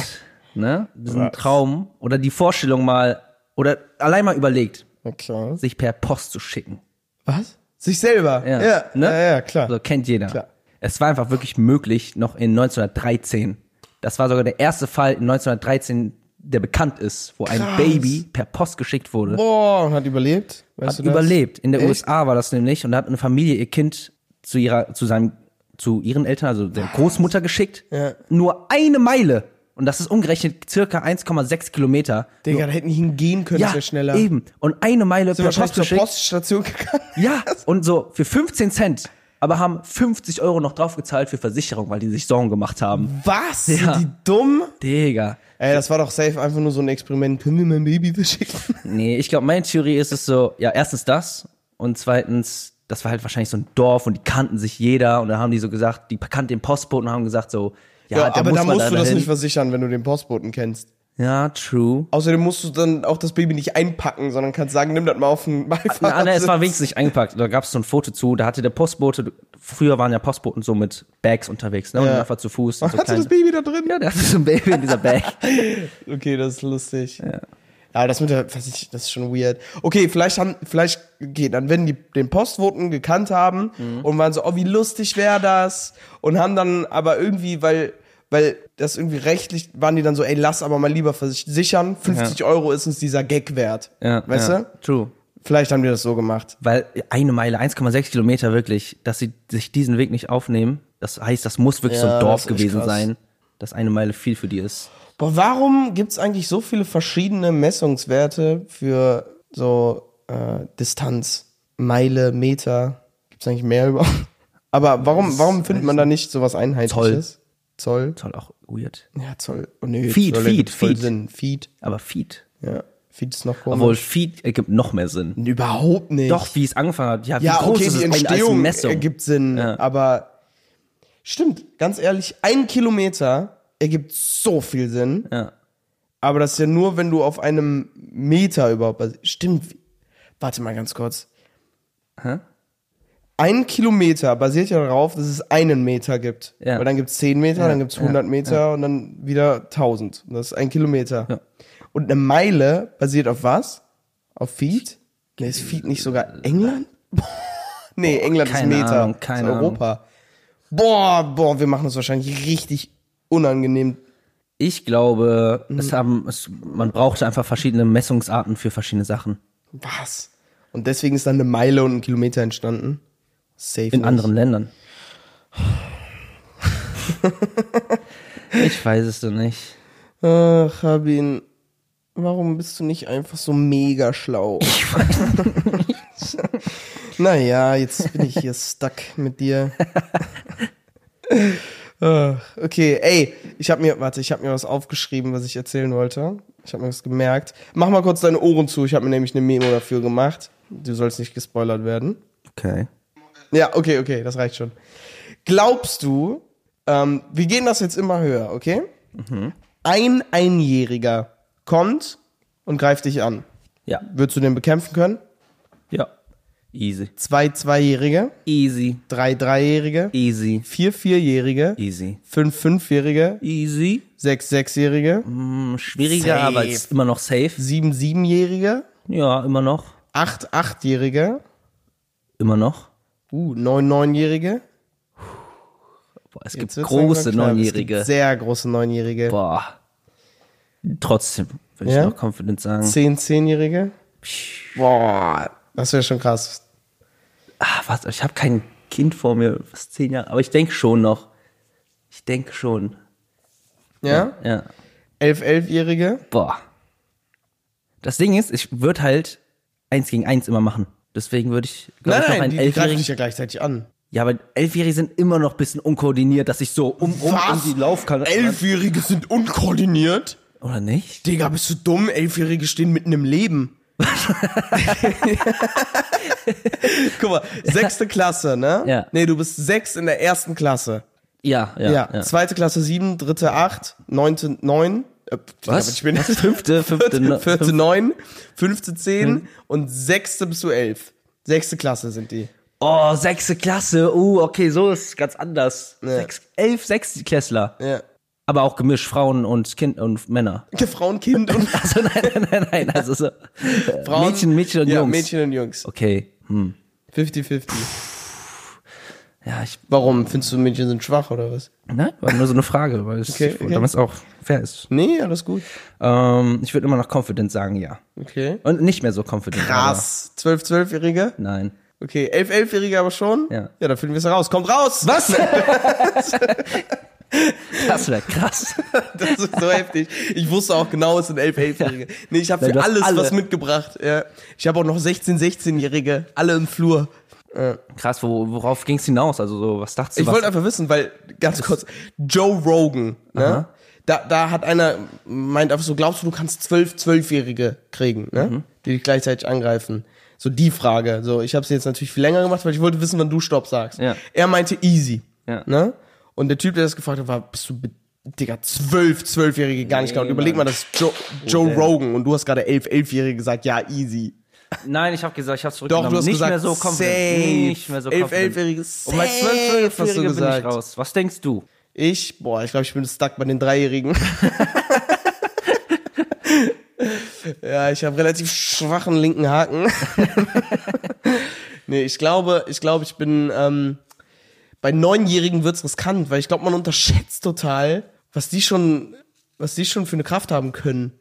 Speaker 1: ne, diesen
Speaker 2: Was?
Speaker 1: Traum oder die Vorstellung mal oder allein mal überlegt,
Speaker 2: Okay.
Speaker 1: sich per Post zu schicken.
Speaker 2: Was? Sich selber. Ja. Ja,
Speaker 1: ne?
Speaker 2: ja, ja klar.
Speaker 1: So kennt jeder.
Speaker 2: Klar.
Speaker 1: Es war einfach wirklich möglich, noch in 1913. Das war sogar der erste Fall in 1913, der bekannt ist, wo ein
Speaker 2: Krass.
Speaker 1: Baby per Post geschickt wurde.
Speaker 2: Boah, und hat überlebt. Weißt
Speaker 1: hat
Speaker 2: das?
Speaker 1: überlebt. In der
Speaker 2: Echt?
Speaker 1: USA war das nämlich und da hat eine Familie ihr Kind zu ihrer, zu seinem, zu ihren Eltern, also der Großmutter geschickt.
Speaker 2: Ja.
Speaker 1: Nur eine Meile. Und das ist umgerechnet circa 1,6 Kilometer.
Speaker 2: Digga, da hätten die hingehen können, das wäre schneller.
Speaker 1: eben. Und eine Meile per
Speaker 2: Sind wahrscheinlich
Speaker 1: Post
Speaker 2: zur
Speaker 1: geschickt.
Speaker 2: Poststation gegangen.
Speaker 1: Ja, und so für 15 Cent, aber haben 50 Euro noch draufgezahlt für Versicherung, weil die sich Sorgen gemacht haben.
Speaker 2: Was?
Speaker 1: Ja.
Speaker 2: Sind die dumm?
Speaker 1: Digga.
Speaker 2: Ey, das war doch safe einfach nur so ein Experiment. Können wir mein Baby verschicken?
Speaker 1: Nee, ich glaube, meine Theorie ist es so, ja, erstens das und zweitens, das war halt wahrscheinlich so ein Dorf und die kannten sich jeder und dann haben die so gesagt, die kannten den Postboten und haben gesagt so, ja,
Speaker 2: Ja,
Speaker 1: da
Speaker 2: aber
Speaker 1: muss
Speaker 2: da
Speaker 1: man
Speaker 2: musst
Speaker 1: da
Speaker 2: du das
Speaker 1: dahin.
Speaker 2: nicht versichern, wenn du den Postboten kennst.
Speaker 1: Ja, true.
Speaker 2: Außerdem musst du dann auch das Baby nicht einpacken, sondern kannst sagen, nimm das mal auf den Beifahrer.
Speaker 1: Na, na, es war wenigstens nicht eingepackt. Da gab es so ein Foto zu, da hatte der Postbote, früher waren ja Postboten so mit Bags unterwegs, ne? Und dann einfach zu Fuß. Und so
Speaker 2: Hatte
Speaker 1: kleine-
Speaker 2: das Baby da drin?
Speaker 1: ja, der hatte so ein Baby in dieser Bag.
Speaker 2: Okay, das ist lustig. Ja. Aber das mit der, weiß ich, das ist schon weird. Okay, vielleicht haben, vielleicht, okay, dann wenn die den Postboten gekannt haben
Speaker 1: Mhm.
Speaker 2: und waren so, oh, wie lustig wäre das? Und haben dann aber irgendwie, weil, weil das irgendwie rechtlich, waren die dann so, ey, lass aber mal lieber versichern, 50 Euro ist uns dieser Gag wert.
Speaker 1: Ja,
Speaker 2: weißt
Speaker 1: ja,
Speaker 2: du?
Speaker 1: True.
Speaker 2: Vielleicht haben die das so gemacht.
Speaker 1: Weil eine Meile, 1,6 Kilometer wirklich, dass sie sich diesen Weg nicht aufnehmen, das heißt, das muss wirklich so
Speaker 2: Ja,
Speaker 1: ein Dorf
Speaker 2: das ist echt
Speaker 1: gewesen
Speaker 2: krass.
Speaker 1: sein, dass eine Meile viel für die ist.
Speaker 2: Boah, warum gibt's eigentlich so viele verschiedene Messungswerte für so äh, Distanz? Meile, Meter? Gibt's eigentlich mehr überhaupt? Aber warum, warum findet man da nicht sowas Einheitliches? Zoll.
Speaker 1: Toll, halt auch weird.
Speaker 2: Ja, Zoll. Oh, nee,
Speaker 1: Feet,
Speaker 2: Zoll
Speaker 1: Feet,
Speaker 2: ergibt voll
Speaker 1: Feet.
Speaker 2: Sinn. Feet.
Speaker 1: Aber Feed.
Speaker 2: Ja, Feet ist noch
Speaker 1: Obwohl,
Speaker 2: komisch.
Speaker 1: Feed ergibt noch mehr Sinn.
Speaker 2: Überhaupt nicht.
Speaker 1: Doch, wie es angefangen hat. Ja, wie
Speaker 2: Ja,
Speaker 1: groß
Speaker 2: okay,
Speaker 1: ist
Speaker 2: die
Speaker 1: es eigentlich als
Speaker 2: Entstehung
Speaker 1: Messung?
Speaker 2: ergibt Sinn, aber stimmt, ganz ehrlich, ein Kilometer ergibt so viel Sinn.
Speaker 1: Ja.
Speaker 2: Aber das ist ja nur, wenn du auf einem Meter überhaupt. basi- Stimmt. Warte mal ganz kurz.
Speaker 1: Hä?
Speaker 2: Ein Kilometer basiert ja darauf, dass es einen Meter gibt.
Speaker 1: Ja.
Speaker 2: Weil dann gibt es 10 Meter, dann gibt es 100 Meter und dann wieder 1000. Und Das ist ein Kilometer.
Speaker 1: Ja.
Speaker 2: Und eine Meile basiert auf was? Auf Feet? Nee, ist Feet nicht sogar England? Boah, nee, England ist
Speaker 1: keine
Speaker 2: Meter.
Speaker 1: Ahnung, keine
Speaker 2: ist Europa. Boah, boah, wir machen uns wahrscheinlich richtig unangenehm.
Speaker 1: Ich glaube,
Speaker 2: Mhm.
Speaker 1: es haben, es, man brauchte einfach verschiedene Messungsarten für verschiedene Sachen.
Speaker 2: Was? Und deswegen ist dann eine Meile und ein Kilometer entstanden? Safe.
Speaker 1: In
Speaker 2: nicht.
Speaker 1: anderen Ländern. ich weiß es doch nicht.
Speaker 2: Ach, Rabin, warum bist du nicht einfach so mega schlau? Ich weiß Naja, jetzt bin ich hier stuck mit dir. Ach, okay, ey, ich habe mir, warte, ich habe mir was aufgeschrieben, was ich erzählen wollte. Ich habe mir das gemerkt. Mach mal kurz deine Ohren zu. Ich habe mir nämlich eine Memo dafür gemacht. Du sollst nicht gespoilert werden.
Speaker 1: Okay.
Speaker 2: Ja, okay, okay, das reicht schon. Glaubst du, ähm, wir gehen das jetzt immer höher, okay?
Speaker 1: Mhm.
Speaker 2: Ein Einjähriger kommt und greift dich an.
Speaker 1: Ja.
Speaker 2: Würdest du den bekämpfen können?
Speaker 1: Ja. Easy.
Speaker 2: Zwei Zweijährige,
Speaker 1: Easy.
Speaker 2: drei Dreijährige,
Speaker 1: Easy.
Speaker 2: vier Vierjährige,
Speaker 1: Easy.
Speaker 2: fünf Fünfjährige,
Speaker 1: Easy.
Speaker 2: sechs Sechsjährige,
Speaker 1: Hm, schwieriger,
Speaker 2: Safe.
Speaker 1: aber ist immer noch safe.
Speaker 2: sieben Siebenjährige,
Speaker 1: Ja, immer noch.
Speaker 2: acht Achtjährige,
Speaker 1: Immer noch.
Speaker 2: uh, neun Neunjährige.
Speaker 1: Boah, es gibt
Speaker 2: Jetzt wird's
Speaker 1: große
Speaker 2: langsam knapp. Es gibt
Speaker 1: Neunjährige.
Speaker 2: sehr große Neunjährige.
Speaker 1: Boah. Trotzdem würde
Speaker 2: Ja?
Speaker 1: ich noch confident sagen.
Speaker 2: Zehn Zehnjährige. Boah. Das wäre schon krass.
Speaker 1: Ah, was? Ich habe kein Kind vor mir, was zehn Jahre. Aber ich denke schon noch. Ich denke schon.
Speaker 2: Ja?
Speaker 1: Ja.
Speaker 2: Elf Elfjährige.
Speaker 1: Boah. Das Ding ist, ich würde halt eins gegen eins immer machen. Deswegen würde ich, glaube ich, noch einen
Speaker 2: die, die greifen
Speaker 1: Elfjährigen.
Speaker 2: dich ja gleichzeitig an.
Speaker 1: Ja, aber Elfjährige sind immer noch ein bisschen unkoordiniert, dass ich so um, um, um die Laufkanne.
Speaker 2: Elfjährige sind unkoordiniert?
Speaker 1: Oder nicht?
Speaker 2: Digga, bist du dumm? Elfjährige stehen mitten im Leben. Guck mal, sechste Klasse, ne?
Speaker 1: Ja.
Speaker 2: Nee, du bist sechs in der ersten Klasse.
Speaker 1: Ja, ja.
Speaker 2: Ja.
Speaker 1: ja,
Speaker 2: Zweite Klasse sieben, dritte acht, neunte neun. Äh, Digga,
Speaker 1: Was?
Speaker 2: Ich bin
Speaker 1: Was? Fünfte, fünfte,
Speaker 2: vierte,
Speaker 1: ne-
Speaker 2: vierte
Speaker 1: fünf- Hm.
Speaker 2: neun, fünfte zehn und sechste bis zu elf. Sechste Klasse sind die.
Speaker 1: Oh, sechste Klasse. Uh, okay, so ist es ganz anders.
Speaker 2: Ja.
Speaker 1: Sechs, elf Sechstklässler.
Speaker 2: Ja.
Speaker 1: Aber auch gemischt, Frauen und Kind und Männer.
Speaker 2: Frauen, Kind und
Speaker 1: Also nein, nein, nein, nein. Also so. äh,
Speaker 2: Frauen.
Speaker 1: Mädchen, Mädchen und
Speaker 2: ja,
Speaker 1: Jungs.
Speaker 2: Mädchen und Jungs.
Speaker 1: Okay. Hm.
Speaker 2: 50-50.
Speaker 1: Ja, ich.
Speaker 2: Warum? Findest du Mädchen sind schwach oder was?
Speaker 1: Nein, war nur so eine Frage, weil es
Speaker 2: Okay, okay.
Speaker 1: damit es auch fair ist.
Speaker 2: Nee, alles gut.
Speaker 1: Ähm, ich würde immer noch confident sagen, ja.
Speaker 2: Okay.
Speaker 1: Und nicht mehr so confident.
Speaker 2: Krass. 12, 12-Jährige?
Speaker 1: Aber nein.
Speaker 2: Okay, 11, 11-Jährige aber schon?
Speaker 1: Ja.
Speaker 2: Ja, da finden wir es raus. Kommt raus!
Speaker 1: Was? das wäre krass.
Speaker 2: Das ist so heftig. Ich wusste auch genau, es sind 11, 11-Jährige. Nee, ich habe
Speaker 1: Nein,
Speaker 2: für
Speaker 1: du hast
Speaker 2: alles
Speaker 1: alle.
Speaker 2: was mitgebracht. Ja. Ich habe auch noch 16, 16-Jährige. Alle im Flur.
Speaker 1: Krass, wo, worauf ging's hinaus? Also so, was dachtest du?
Speaker 2: Ich
Speaker 1: was-
Speaker 2: wollte einfach wissen, weil, ganz kurz, Joe Rogan, ne? Da, da hat einer, meint einfach so, glaubst du, du kannst zwölf Zwölfjährige kriegen, ne?
Speaker 1: Mhm.
Speaker 2: Die dich gleichzeitig angreifen. So die Frage. So, ich habe sie jetzt natürlich viel länger gemacht, weil ich wollte wissen, wann du Stopp sagst.
Speaker 1: Ja.
Speaker 2: Er meinte easy.
Speaker 1: Ja.
Speaker 2: Ne? Und der Typ, der das gefragt hat, war, bist du, be- Digga, zwölf, zwölfjährige gar nicht klar. Und überleg mal, das ist Joe, Joe Rogan und du hast gerade elf, elfjährige gesagt, ja, easy.
Speaker 1: Nein, ich habe gesagt, ich habe
Speaker 2: Doch,
Speaker 1: zurückgenommen.
Speaker 2: du hast
Speaker 1: nicht
Speaker 2: gesagt,
Speaker 1: mehr so confident.
Speaker 2: safe.
Speaker 1: Nicht mehr so
Speaker 2: elf,
Speaker 1: confident. Um
Speaker 2: elfjährige,
Speaker 1: Und bei
Speaker 2: safe,
Speaker 1: 12
Speaker 2: hast du
Speaker 1: jährigen bin ich
Speaker 2: gesagt.
Speaker 1: raus. Was denkst du?
Speaker 2: Ich, boah, ich glaube, ich bin stuck bei den Dreijährigen. ja, ich habe relativ schwachen linken Haken. nee, ich glaube, ich glaube, ich bin ähm, bei Neunjährigen wird's riskant, weil ich glaube, man unterschätzt total, was die schon, was die schon für eine Kraft haben können.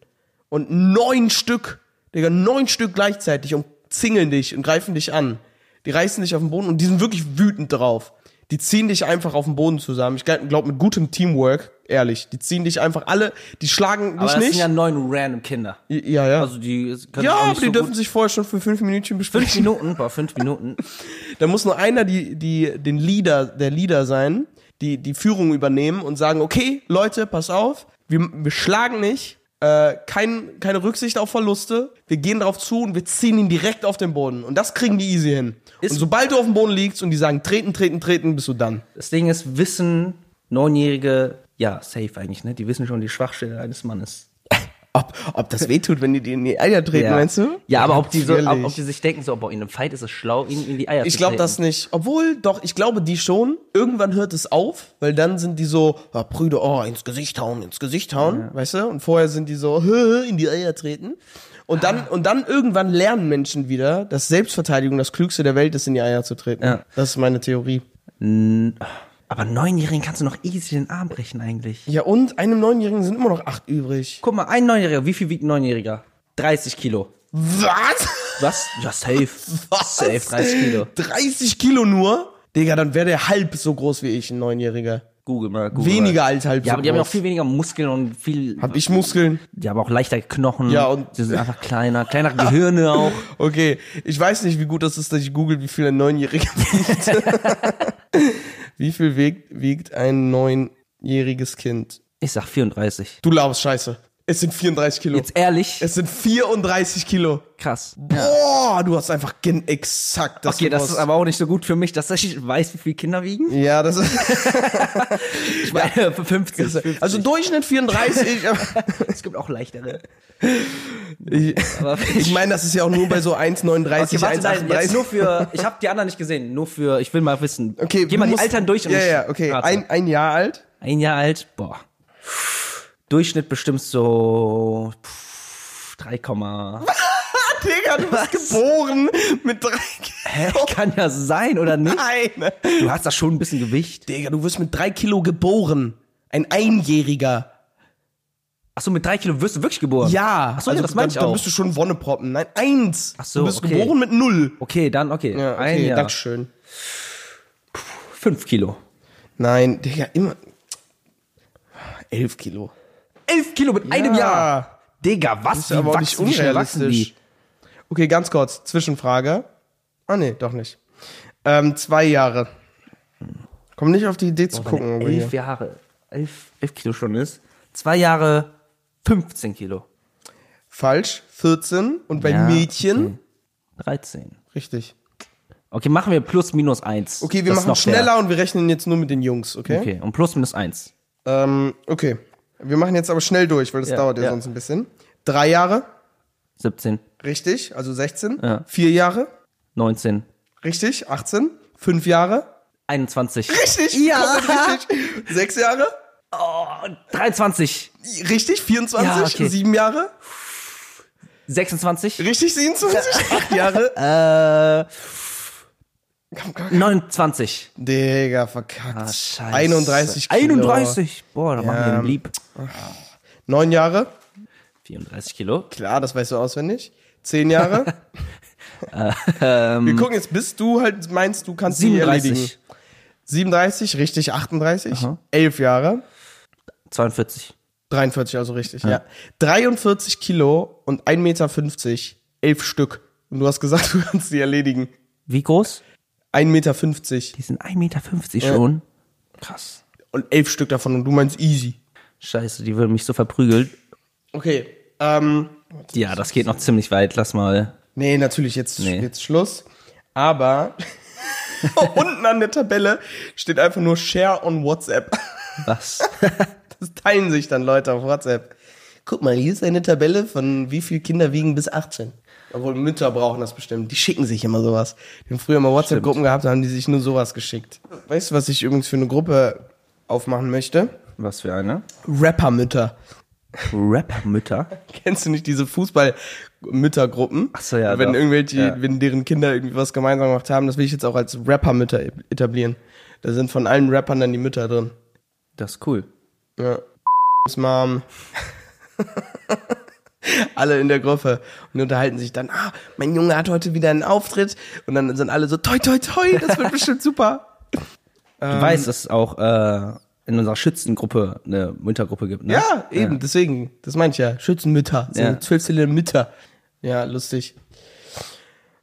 Speaker 2: Und neun Stück, Digga, neun Stück gleichzeitig umzingeln dich und greifen dich an. Die reißen dich auf den Boden und die sind wirklich wütend drauf. Die ziehen dich einfach auf den Boden zusammen. Ich glaube, mit gutem Teamwork, ehrlich. Die ziehen dich einfach alle, die schlagen dich
Speaker 1: Aber das
Speaker 2: nicht.
Speaker 1: sind ja neun random Kinder.
Speaker 2: ja, ja.
Speaker 1: Also die können
Speaker 2: ja,
Speaker 1: auch
Speaker 2: aber
Speaker 1: nicht
Speaker 2: die
Speaker 1: so
Speaker 2: dürfen
Speaker 1: gut.
Speaker 2: sich vorher schon für fünf Minütchen
Speaker 1: Fünf
Speaker 2: besprechen.
Speaker 1: Minuten, boah, fünf Minuten.
Speaker 2: Da muss nur einer die, die, den Leader, der Leader sein, die, die Führung übernehmen und sagen, okay, Leute, pass auf, wir, wir schlagen nicht, äh, kein, keine Rücksicht auf Verluste, wir gehen darauf zu und wir ziehen ihn direkt auf den Boden. Und das kriegen die easy hin.
Speaker 1: Ist-
Speaker 2: und sobald du auf dem Boden liegst und die sagen, treten, treten, treten, bist du dann.
Speaker 1: Das Ding ist, wissen Neunjährige, ja, safe eigentlich, ne? Die wissen schon die Schwachstelle eines Mannes.
Speaker 2: Ob, ob das wehtut, wenn die dir in die Eier treten,
Speaker 1: ja.
Speaker 2: meinst du?
Speaker 1: Ja, aber ob die, so, ob,
Speaker 2: Natürlich.
Speaker 1: ob die sich denken, so, boah, in einem Fight ist es schlau, ihnen in die Eier
Speaker 2: Ich
Speaker 1: zu
Speaker 2: glaube
Speaker 1: treten.
Speaker 2: das nicht. Obwohl, doch, ich glaube die schon. Irgendwann hört es auf, weil dann sind die so, ah, Brüder, oh, ins Gesicht hauen, ins Gesicht hauen, weißt du? Und vorher sind die so, hö, hö, in die Eier treten. Und dann,
Speaker 1: Ah.
Speaker 2: und dann irgendwann lernen Menschen wieder, dass Selbstverteidigung das Klügste der Welt ist, in die Eier zu treten.
Speaker 1: Ja.
Speaker 2: Das ist meine Theorie.
Speaker 1: Aber Neunjährigen kannst du noch easy den Arm brechen eigentlich.
Speaker 2: Ja, und einem Neunjährigen sind immer noch acht übrig.
Speaker 1: Guck mal, ein Neunjähriger, wie viel wiegt ein Neunjähriger? 30 Kilo.
Speaker 2: Was?
Speaker 1: Was? Ja, safe.
Speaker 2: Was?
Speaker 1: Safe, 30 Kilo.
Speaker 2: 30 Kilo nur? Digga, dann wäre der halb so groß wie ich, ein Neunjähriger.
Speaker 1: Google mal, Google
Speaker 2: Weniger
Speaker 1: mal.
Speaker 2: als halb
Speaker 1: Ja,
Speaker 2: so
Speaker 1: aber die haben ja auch
Speaker 2: groß.
Speaker 1: viel weniger Muskeln und viel.
Speaker 2: Hab ich Muskeln?
Speaker 1: Die haben auch leichter Knochen.
Speaker 2: Ja, und-
Speaker 1: Die sind einfach kleiner. Kleinere Gehirne auch.
Speaker 2: Okay, ich weiß nicht, wie gut das ist, dass ich google, wie viel ein Neunjähriger wiegt. wie viel wiegt, wiegt ein neunjähriges Kind?
Speaker 1: Ich sag 34.
Speaker 2: Du laberst Scheiße. Es sind 34 Kilo.
Speaker 1: Jetzt ehrlich,
Speaker 2: es sind 34 Kilo.
Speaker 1: krass.
Speaker 2: Boah, du hast einfach gen exakt das
Speaker 1: Okay, das ist
Speaker 2: gewusst.
Speaker 1: aber auch nicht so gut für mich, dass ich weiß, wie viele Kinder wiegen.
Speaker 2: Ja, das ist.
Speaker 1: Ich meine, 50. 50.
Speaker 2: Also Durchschnitt 34. aber-
Speaker 1: es gibt auch leichtere.
Speaker 2: ich
Speaker 1: Aber
Speaker 2: ich meine, das ist ja auch nur bei so 1,39,
Speaker 1: Okay, warte, nein, jetzt
Speaker 2: 1,38.
Speaker 1: nur für, ich habe die anderen nicht gesehen, nur für, ich will mal wissen. Geh
Speaker 2: Okay, du
Speaker 1: mal die
Speaker 2: musst-
Speaker 1: Altern durch und
Speaker 2: Ja,
Speaker 1: ich,
Speaker 2: ja, okay.
Speaker 1: Warte.
Speaker 2: Ein, ein Jahr alt.
Speaker 1: Ein Jahr alt, boah. Durchschnitt bestimmt so pff, 3,
Speaker 2: Digga, du bist geboren mit drei
Speaker 1: Hä? Kann ja sein, oder nicht?
Speaker 2: Nein.
Speaker 1: Du hast da schon ein bisschen Gewicht.
Speaker 2: Digga, du wirst mit drei Kilo geboren. Ein Einjähriger.
Speaker 1: Achso, mit 3 Kilo wirst du wirklich geboren?
Speaker 2: Ja. Also
Speaker 1: Achso, ja, das meine ich
Speaker 2: dann, dann
Speaker 1: auch.
Speaker 2: bist du schon Wonneproppen. Nein, eins.
Speaker 1: Ach so,
Speaker 2: Du bist
Speaker 1: okay.
Speaker 2: geboren mit null.
Speaker 1: Okay, dann, okay.
Speaker 2: Ja, okay,
Speaker 1: Ein Jahr.
Speaker 2: Dankeschön.
Speaker 1: 5 Kilo.
Speaker 2: Nein, Digga, immer. Elf Kilo.
Speaker 1: 11 Kilo mit einem
Speaker 2: Ja.
Speaker 1: Jahr. Digga, was?
Speaker 2: Ist aber auch nicht
Speaker 1: wachsen, wie schnell wachsen
Speaker 2: unrealistisch.
Speaker 1: die?
Speaker 2: Okay, ganz kurz. Zwischenfrage. Ah, nee, doch nicht. Ähm, zwei Jahre. Komm nicht auf die Idee zu gucken.
Speaker 1: Wenn
Speaker 2: aber
Speaker 1: er
Speaker 2: hier.
Speaker 1: elf Jahre, elf, elf Kilo schon ist. Zwei Jahre, 15 Kilo.
Speaker 2: Falsch. 14. Und bei
Speaker 1: Ja,
Speaker 2: Mädchen.
Speaker 1: 13.
Speaker 2: Richtig.
Speaker 1: Okay, machen wir plus minus eins.
Speaker 2: Okay, wir
Speaker 1: Das ist
Speaker 2: machen
Speaker 1: noch fair.
Speaker 2: schneller und wir rechnen jetzt nur mit den Jungs, okay?
Speaker 1: Okay, und plus minus eins.
Speaker 2: Ähm, okay. Wir machen jetzt aber schnell durch, weil das
Speaker 1: Ja,
Speaker 2: dauert ja,
Speaker 1: ja.
Speaker 2: sonst ein bisschen. Drei Jahre,
Speaker 1: 17,
Speaker 2: richtig, also 16.
Speaker 1: Ja.
Speaker 2: Vier Jahre,
Speaker 1: 19,
Speaker 2: richtig, 18. Fünf Jahre,
Speaker 1: 21,
Speaker 2: richtig, ja. richtig. Sechs Jahre,
Speaker 1: 23,
Speaker 2: richtig, 24.
Speaker 1: Ja, okay.
Speaker 2: Sieben Jahre,
Speaker 1: 26,
Speaker 2: richtig, 27. Acht Jahre.
Speaker 1: äh,
Speaker 2: Komm, komm.
Speaker 1: 29.
Speaker 2: Digga, verkackt.
Speaker 1: Ah, Scheiße.
Speaker 2: 31 Kilo.
Speaker 1: 31. Boah, da machen wir
Speaker 2: Ja.
Speaker 1: den lieb.
Speaker 2: Neun Jahre,
Speaker 1: 34 Kilo.
Speaker 2: klar, das weißt du auswendig. Zehn Jahre.
Speaker 1: Ähm.
Speaker 2: Wir gucken jetzt, bis du halt meinst, du kannst die erledigen.
Speaker 1: 37,
Speaker 2: 37, richtig, 38, 11 Jahre,
Speaker 1: 42.
Speaker 2: 43 also richtig, ja. 43 Kilo und 1,50 Meter, 11 Stück. Und du hast gesagt, du kannst die erledigen.
Speaker 1: Wie groß?
Speaker 2: 1,50 Meter
Speaker 1: Die sind 1,50 Meter schon. Krass.
Speaker 2: und 11 Stück davon und du meinst easy.
Speaker 1: Scheiße, die würden mich so verprügelt.
Speaker 2: Okay, ähm,
Speaker 1: Ja, das geht noch ziemlich weit. Lass mal.
Speaker 2: nee, natürlich, jetzt,
Speaker 1: Nee.
Speaker 2: jetzt Schluss. Aber unten an der Tabelle steht einfach nur Share on WhatsApp.
Speaker 1: Was?
Speaker 2: Das teilen sich dann Leute auf WhatsApp. Guck mal, hier ist eine Tabelle von wie viele Kinder wiegen bis 18. Obwohl Mütter brauchen das bestimmt. Die schicken sich immer sowas. Die haben früher mal WhatsApp-Gruppen gehabt, da haben die sich nur sowas geschickt. Weißt du, was ich übrigens für eine Gruppe aufmachen möchte?
Speaker 1: Was für eine?
Speaker 2: Rappermütter.
Speaker 1: Rap-Mütter.
Speaker 2: Kennst du nicht diese Fußball-Müttergruppen?
Speaker 1: so, ja,
Speaker 2: Wenn
Speaker 1: doch.
Speaker 2: irgendwelche,
Speaker 1: Ja.
Speaker 2: wenn deren Kinder irgendwie was gemeinsam gemacht haben, das will ich jetzt auch als Rappermütter e- etablieren. Da sind von allen Rappern dann die Mütter drin.
Speaker 1: Das ist cool.
Speaker 2: Ja. Mom. alle in der Gruppe und unterhalten sich dann, ah, mein Junge hat heute wieder einen Auftritt und dann sind alle so, toi, toi, toi, das wird bestimmt super.
Speaker 1: Du
Speaker 2: Ähm.
Speaker 1: weißt, dass es auch äh, in unserer Schützengruppe eine Müttergruppe gibt, ne?
Speaker 2: Ja, eben, deswegen, das meine ich ja, Schützenmütter, so
Speaker 1: Ja.
Speaker 2: zwölfzählige Mütter. Ja, lustig.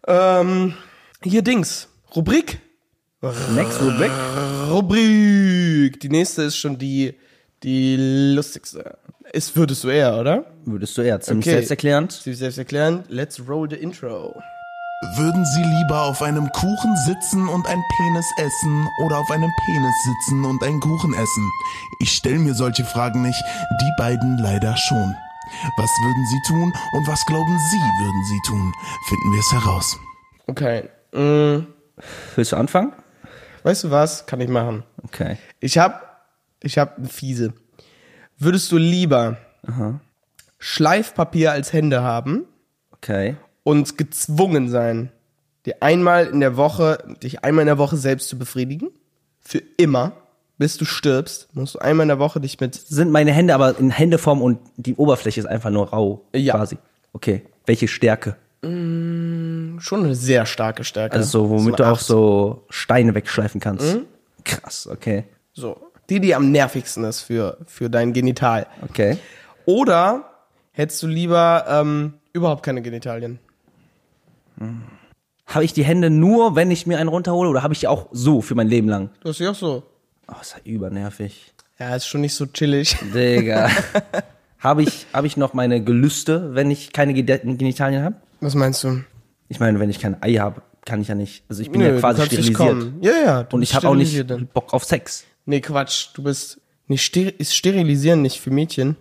Speaker 2: Ähm, hier Dings, Rubrik,
Speaker 1: Next Rubrik.
Speaker 2: Rubrik. Die nächste ist schon die, die lustigste. Ist, würdest du eher, oder?
Speaker 1: Würdest du eher ziemlich
Speaker 2: Okay.
Speaker 1: selbsterklärend.
Speaker 2: Sie selbst erklären, let's roll the intro.
Speaker 4: Würden Sie lieber auf einem Kuchen sitzen und ein Penis essen oder auf einem Penis sitzen und einen Kuchen essen? Ich stelle mir solche Fragen nicht, die beiden leider schon. Was würden Sie tun und was glauben Sie würden Sie tun? Finden wir es heraus.
Speaker 2: Okay. Mm,
Speaker 1: Willst du anfangen?
Speaker 2: weißt du was? Kann ich machen.
Speaker 1: Okay.
Speaker 2: Ich hab, ich hab eine fiese. Würdest du lieber Schleifpapier als Hände haben
Speaker 1: Okay.
Speaker 2: und gezwungen sein, dir einmal in der Woche, dich einmal in der Woche selbst zu befriedigen? Für immer, bis du stirbst, musst du einmal in der Woche dich mit
Speaker 1: Sind meine Hände aber in Händeform und die Oberfläche ist einfach nur rau.
Speaker 2: Ja.
Speaker 1: Quasi. Okay. Welche Stärke?
Speaker 2: schon eine sehr starke Stärke.
Speaker 1: Also, womit
Speaker 2: So
Speaker 1: du
Speaker 2: eine
Speaker 1: auch
Speaker 2: Acht. Mhm.
Speaker 1: so Steine wegschleifen kannst. Krass, okay.
Speaker 2: so. Die, die am nervigsten ist für, für dein Genital.
Speaker 1: Okay.
Speaker 2: Oder hättest du lieber ähm, überhaupt keine Genitalien?
Speaker 1: Habe ich die Hände nur, wenn ich mir einen runterhole, oder habe ich die auch so für mein Leben lang?
Speaker 2: Du hast dich auch so.
Speaker 1: Oh, ist ja übernervig.
Speaker 2: Ja, ist schon nicht so chillig.
Speaker 1: Digga. Habe ich, habe ich noch meine Gelüste, wenn ich keine Gede- Genitalien habe?
Speaker 2: Was meinst du?
Speaker 1: Ich meine, wenn ich kein Ei habe, kann ich ja nicht. Also ich bin
Speaker 2: Nö,
Speaker 1: ja quasi
Speaker 2: kannst nicht
Speaker 1: sterilisiert.
Speaker 2: kommen. Ja, ja. du
Speaker 1: Und
Speaker 2: bist
Speaker 1: ich habe auch nicht
Speaker 2: sterilisiert dann.
Speaker 1: Bock auf Sex.
Speaker 2: Nee, Quatsch. Du bist. Nee, ster ist sterilisieren nicht für Mädchen.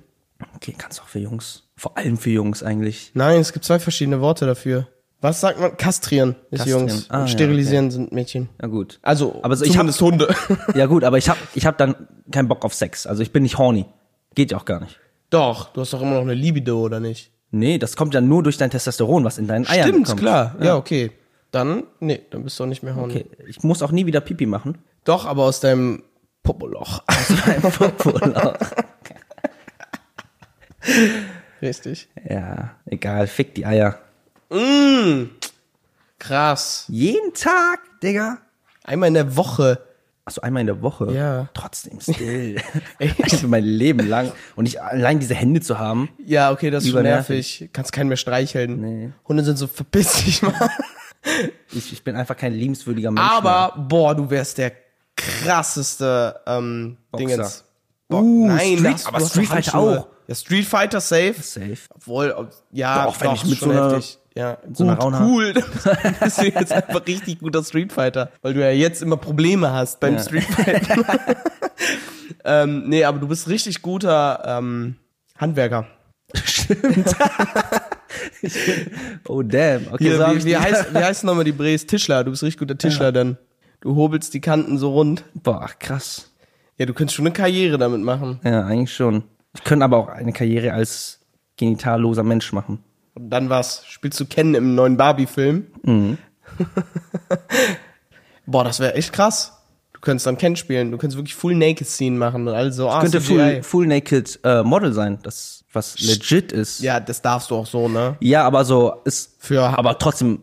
Speaker 1: Okay, kannst auch für Jungs. Vor allem für Jungs eigentlich.
Speaker 2: Nein, es gibt zwei verschiedene Worte dafür. Was sagt man? Kastrieren ist
Speaker 1: Kastrieren.
Speaker 2: Jungs.
Speaker 1: Ah, ja,
Speaker 2: und sterilisieren sind Mädchen.
Speaker 1: Na gut.
Speaker 2: Also,
Speaker 1: aber so, ich habe
Speaker 2: zumindest Hunde.
Speaker 1: ja gut, aber ich habe ich habe dann keinen Bock auf Sex. Also ich bin nicht horny. Geht ja auch gar nicht.
Speaker 2: doch, du hast doch immer noch eine Libido, oder nicht?
Speaker 1: Nee, das kommt ja nur durch dein Testosteron, was in deinen Eiern
Speaker 2: Stimmt,
Speaker 1: kommt.
Speaker 2: klar. Ja. okay. Dann, nee, dann bist du auch nicht mehr horny.
Speaker 1: Okay, ich muss auch nie wieder Pipi machen.
Speaker 2: Doch, aber aus deinem Popoloch. Richtig.
Speaker 1: ja, egal, fick die Eier.
Speaker 2: Hm. Krass.
Speaker 1: Jeden Tag, Digga.
Speaker 2: Einmal in der Woche.
Speaker 1: Also einmal in der Woche.
Speaker 2: Ja.
Speaker 1: Trotzdem still.
Speaker 2: Echt?
Speaker 1: Eigentlich mein Leben lang. Und ich allein diese Hände zu haben.
Speaker 2: Ja, okay, das ist schon
Speaker 1: Übernervig.
Speaker 2: nervig. Kannst keinen mehr streicheln.
Speaker 1: Nee.
Speaker 2: Hunde sind so verpiss dich mal.
Speaker 1: Ich, ich bin einfach kein liebenswürdiger Mensch.
Speaker 2: Aber, boah, du wärst der krasseste ähm,
Speaker 1: Boxer.
Speaker 2: Dingens.
Speaker 1: mehr.
Speaker 2: Boah,
Speaker 1: uh,
Speaker 2: nein,
Speaker 1: Street,
Speaker 2: das-
Speaker 1: aber
Speaker 2: du hast
Speaker 1: Street Fighter
Speaker 2: Handschuhe.
Speaker 1: auch.
Speaker 2: Ja, Street Fighter safe.
Speaker 1: Safe.
Speaker 2: Obwohl, ob- ja,
Speaker 1: Doch, wenn ich
Speaker 2: ist
Speaker 1: mit
Speaker 2: schon
Speaker 1: so einer-
Speaker 2: heftig. Ja,
Speaker 1: so einer
Speaker 2: gut,
Speaker 1: rauen Hand-
Speaker 2: cool. Dann bist du jetzt einfach richtig guter Street Fighter, weil du ja jetzt immer Probleme hast beim
Speaker 1: Ja.
Speaker 2: Street Fighter. ähm, nee, aber du bist richtig guter ähm, Handwerker.
Speaker 1: Oh damn. Okay,
Speaker 2: Hier,
Speaker 1: so hab
Speaker 2: wie,
Speaker 1: ich
Speaker 2: wie,
Speaker 1: die-
Speaker 2: heißt, wie heißen nochmal die Brees? Tischler, du bist richtig guter Tischler dann. Du hobelst die Kanten so rund.
Speaker 1: Boah, krass.
Speaker 2: Ja, du könntest schon eine Karriere damit machen.
Speaker 1: Ja, eigentlich schon. Ich könnte aber auch eine Karriere als genitalloser Mensch machen.
Speaker 2: Und dann was? Spielst du Ken im neuen Barbie-Film?
Speaker 1: Mhm.
Speaker 2: Boah, das wäre echt krass. Du könntest dann Ken spielen. Du könntest wirklich Full Naked Scene machen und alles so. ah,
Speaker 1: Könnte
Speaker 2: CGI.
Speaker 1: full, full naked äh, Model sein, das was legit ist.
Speaker 2: Ja, das darfst du auch so, ne?
Speaker 1: Ja, aber so ist
Speaker 2: Für-
Speaker 1: aber trotzdem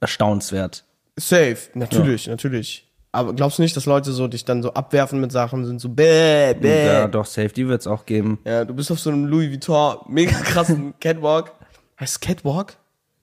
Speaker 1: erstaunenswert.
Speaker 2: Safe. Natürlich, natürlich. Aber glaubst du nicht, dass Leute so dich dann so abwerfen mit Sachen sind so bäh, bäh.
Speaker 1: Ja,
Speaker 2: Ja,
Speaker 1: doch, Safety wird's auch geben.
Speaker 2: du bist auf so einem Louis Vuitton mega krassen Catwalk. Heißt Catwalk?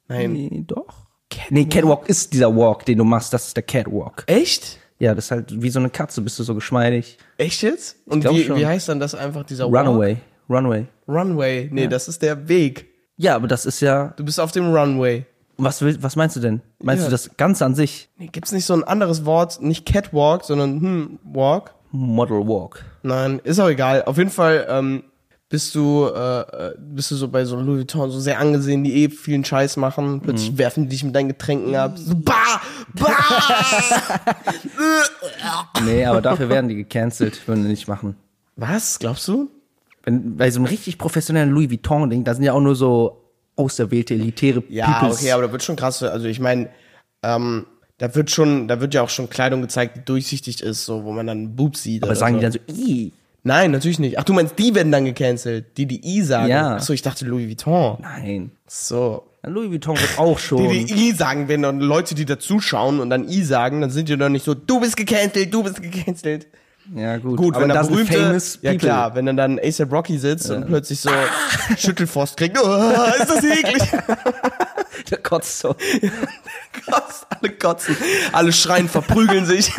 Speaker 2: Nein.
Speaker 1: Nee, doch. Nee, Catwalk ist dieser Walk, den du machst, das ist der Catwalk.
Speaker 2: Echt?
Speaker 1: Ja, das ist halt wie so eine Katze, bist du so geschmeidig.
Speaker 2: Echt jetzt? Und
Speaker 1: glaub
Speaker 2: wie,
Speaker 1: schon.
Speaker 2: wie heißt dann das einfach dieser Walk?
Speaker 1: Runaway, Runaway.
Speaker 2: Runway. Nee, das ist der Weg.
Speaker 1: Ja, aber das ist ja,
Speaker 2: Du bist auf dem Runway.
Speaker 1: was will, was meinst du denn? Meinst
Speaker 2: Ja.
Speaker 1: du das Ganze an sich?
Speaker 2: Nee, gibt's nicht so ein anderes Wort, nicht Catwalk, sondern hm, Walk?
Speaker 1: Model Walk.
Speaker 2: Nein, ist auch egal. Auf jeden Fall ähm, bist du äh, äh, bist du so bei so Louis Vuitton so sehr angesehen, die eh vielen Scheiß machen. Plötzlich werfen die dich mit deinen Getränken ab. So, bah, bah!
Speaker 1: Nee, aber dafür werden die gecancelt, würden die nicht machen.
Speaker 2: Was glaubst du?
Speaker 1: Wenn, bei so einem richtig professionellen Louis Vuitton-Ding, da sind ja auch nur so auserwählte, elitäre
Speaker 2: Ja,
Speaker 1: Peoples.
Speaker 2: okay, aber da wird schon krass. Also ich meine, ähm, da wird schon, da wird ja auch schon Kleidung gezeigt, die durchsichtig ist, so wo man dann einen Bub sieht.
Speaker 1: aber
Speaker 2: oder
Speaker 1: sagen
Speaker 2: so.
Speaker 1: die dann so, ih,
Speaker 2: Nein, natürlich nicht. Ach, du meinst, die werden dann gecancelt, die die I sagen.
Speaker 1: Ja.
Speaker 2: Ach so, ich dachte Louis Vuitton.
Speaker 1: nein.
Speaker 2: So.
Speaker 1: Ja, Louis Vuitton wird auch schon.
Speaker 2: Die, die I sagen, wenn dann Leute, die dazuschauen und dann I sagen, dann sind die doch nicht so, du bist gecancelt, du bist gecancelt.
Speaker 1: ja, gut.
Speaker 2: Gut,
Speaker 1: aber
Speaker 2: wenn da
Speaker 1: das sind
Speaker 2: berühmte,
Speaker 1: famous
Speaker 2: ja
Speaker 1: people.
Speaker 2: klar, wenn dann dann ASAP Rocky sitzt und plötzlich so Schüttelfrost kriegt, oh, ist das eklig.
Speaker 1: Der kotzt so.
Speaker 2: Krass, alle kotzen, alle schreien, verprügeln sich.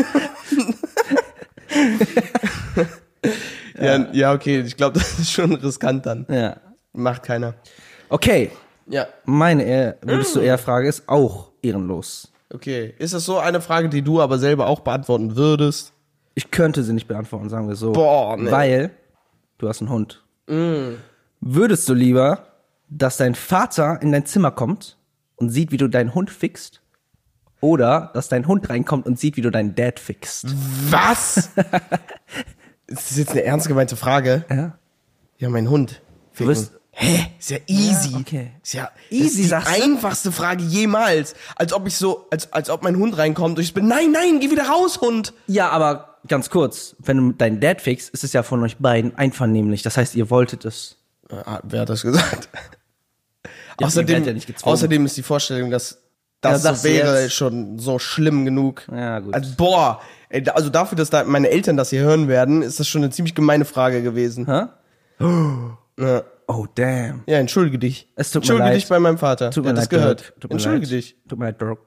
Speaker 2: ja, ja, okay, ich glaube, das ist schon riskant dann.
Speaker 1: Ja.
Speaker 2: Macht keiner.
Speaker 1: Okay,
Speaker 2: Ja,
Speaker 1: meine eher, würdest du eher Frage ist auch ehrenlos.
Speaker 2: Okay, ist das so eine Frage, die du aber selber auch beantworten würdest?
Speaker 1: Ich könnte sie nicht beantworten, sagen wir so.
Speaker 2: Boah, nee. Mm.
Speaker 1: Weil du hast einen Hund. Würdest du lieber, dass dein Vater in dein Zimmer kommt und sieht, wie du deinen Hund fixst? Oder dass dein Hund reinkommt und sieht, wie du deinen Dad fixst?
Speaker 2: Mhm. Was? das ist jetzt eine ernst gemeinte Frage.
Speaker 1: Ja.
Speaker 2: Ja, mein Hund. Du
Speaker 1: wirst-
Speaker 2: Hä? Ist ja easy.
Speaker 1: Ja, okay.
Speaker 2: Ist ja
Speaker 1: Easy,
Speaker 2: easy. Das
Speaker 1: sagst
Speaker 2: ist die
Speaker 1: du?
Speaker 2: einfachste Frage jemals. Als ob ich so, als, als ob mein Hund reinkommt und ich bin, nein, nein, geh wieder raus, Hund.
Speaker 1: ja, aber ganz kurz, wenn du deinen Dad fixst, ist es ja von euch beiden einvernehmlich. Das heißt, ihr wolltet es.
Speaker 2: Ah, wer hat das gesagt?
Speaker 1: ihr
Speaker 2: außerdem,
Speaker 1: werdet ja nicht gezwungen.
Speaker 2: außerdem ist die Vorstellung, dass das
Speaker 1: Ja, sagst
Speaker 2: so
Speaker 1: du
Speaker 2: wäre
Speaker 1: jetzt.
Speaker 2: schon so schlimm genug.
Speaker 1: Ja, gut.
Speaker 2: Also, boah, ey, da- also dafür, dass da meine Eltern das hier hören werden, ist das schon eine ziemlich gemeine Frage gewesen.
Speaker 1: Hä?
Speaker 2: Ja.
Speaker 1: Oh, damn.
Speaker 2: ja, entschuldige dich.
Speaker 1: Es tut mir
Speaker 2: entschuldige
Speaker 1: leid.
Speaker 2: dich bei meinem Vater.
Speaker 1: Tut
Speaker 2: Der
Speaker 1: mir leid,
Speaker 2: hat das gehört.
Speaker 1: Dirk. Tut mir
Speaker 2: entschuldige
Speaker 1: leid.
Speaker 2: dich.
Speaker 1: Tut mir leid, Dirk.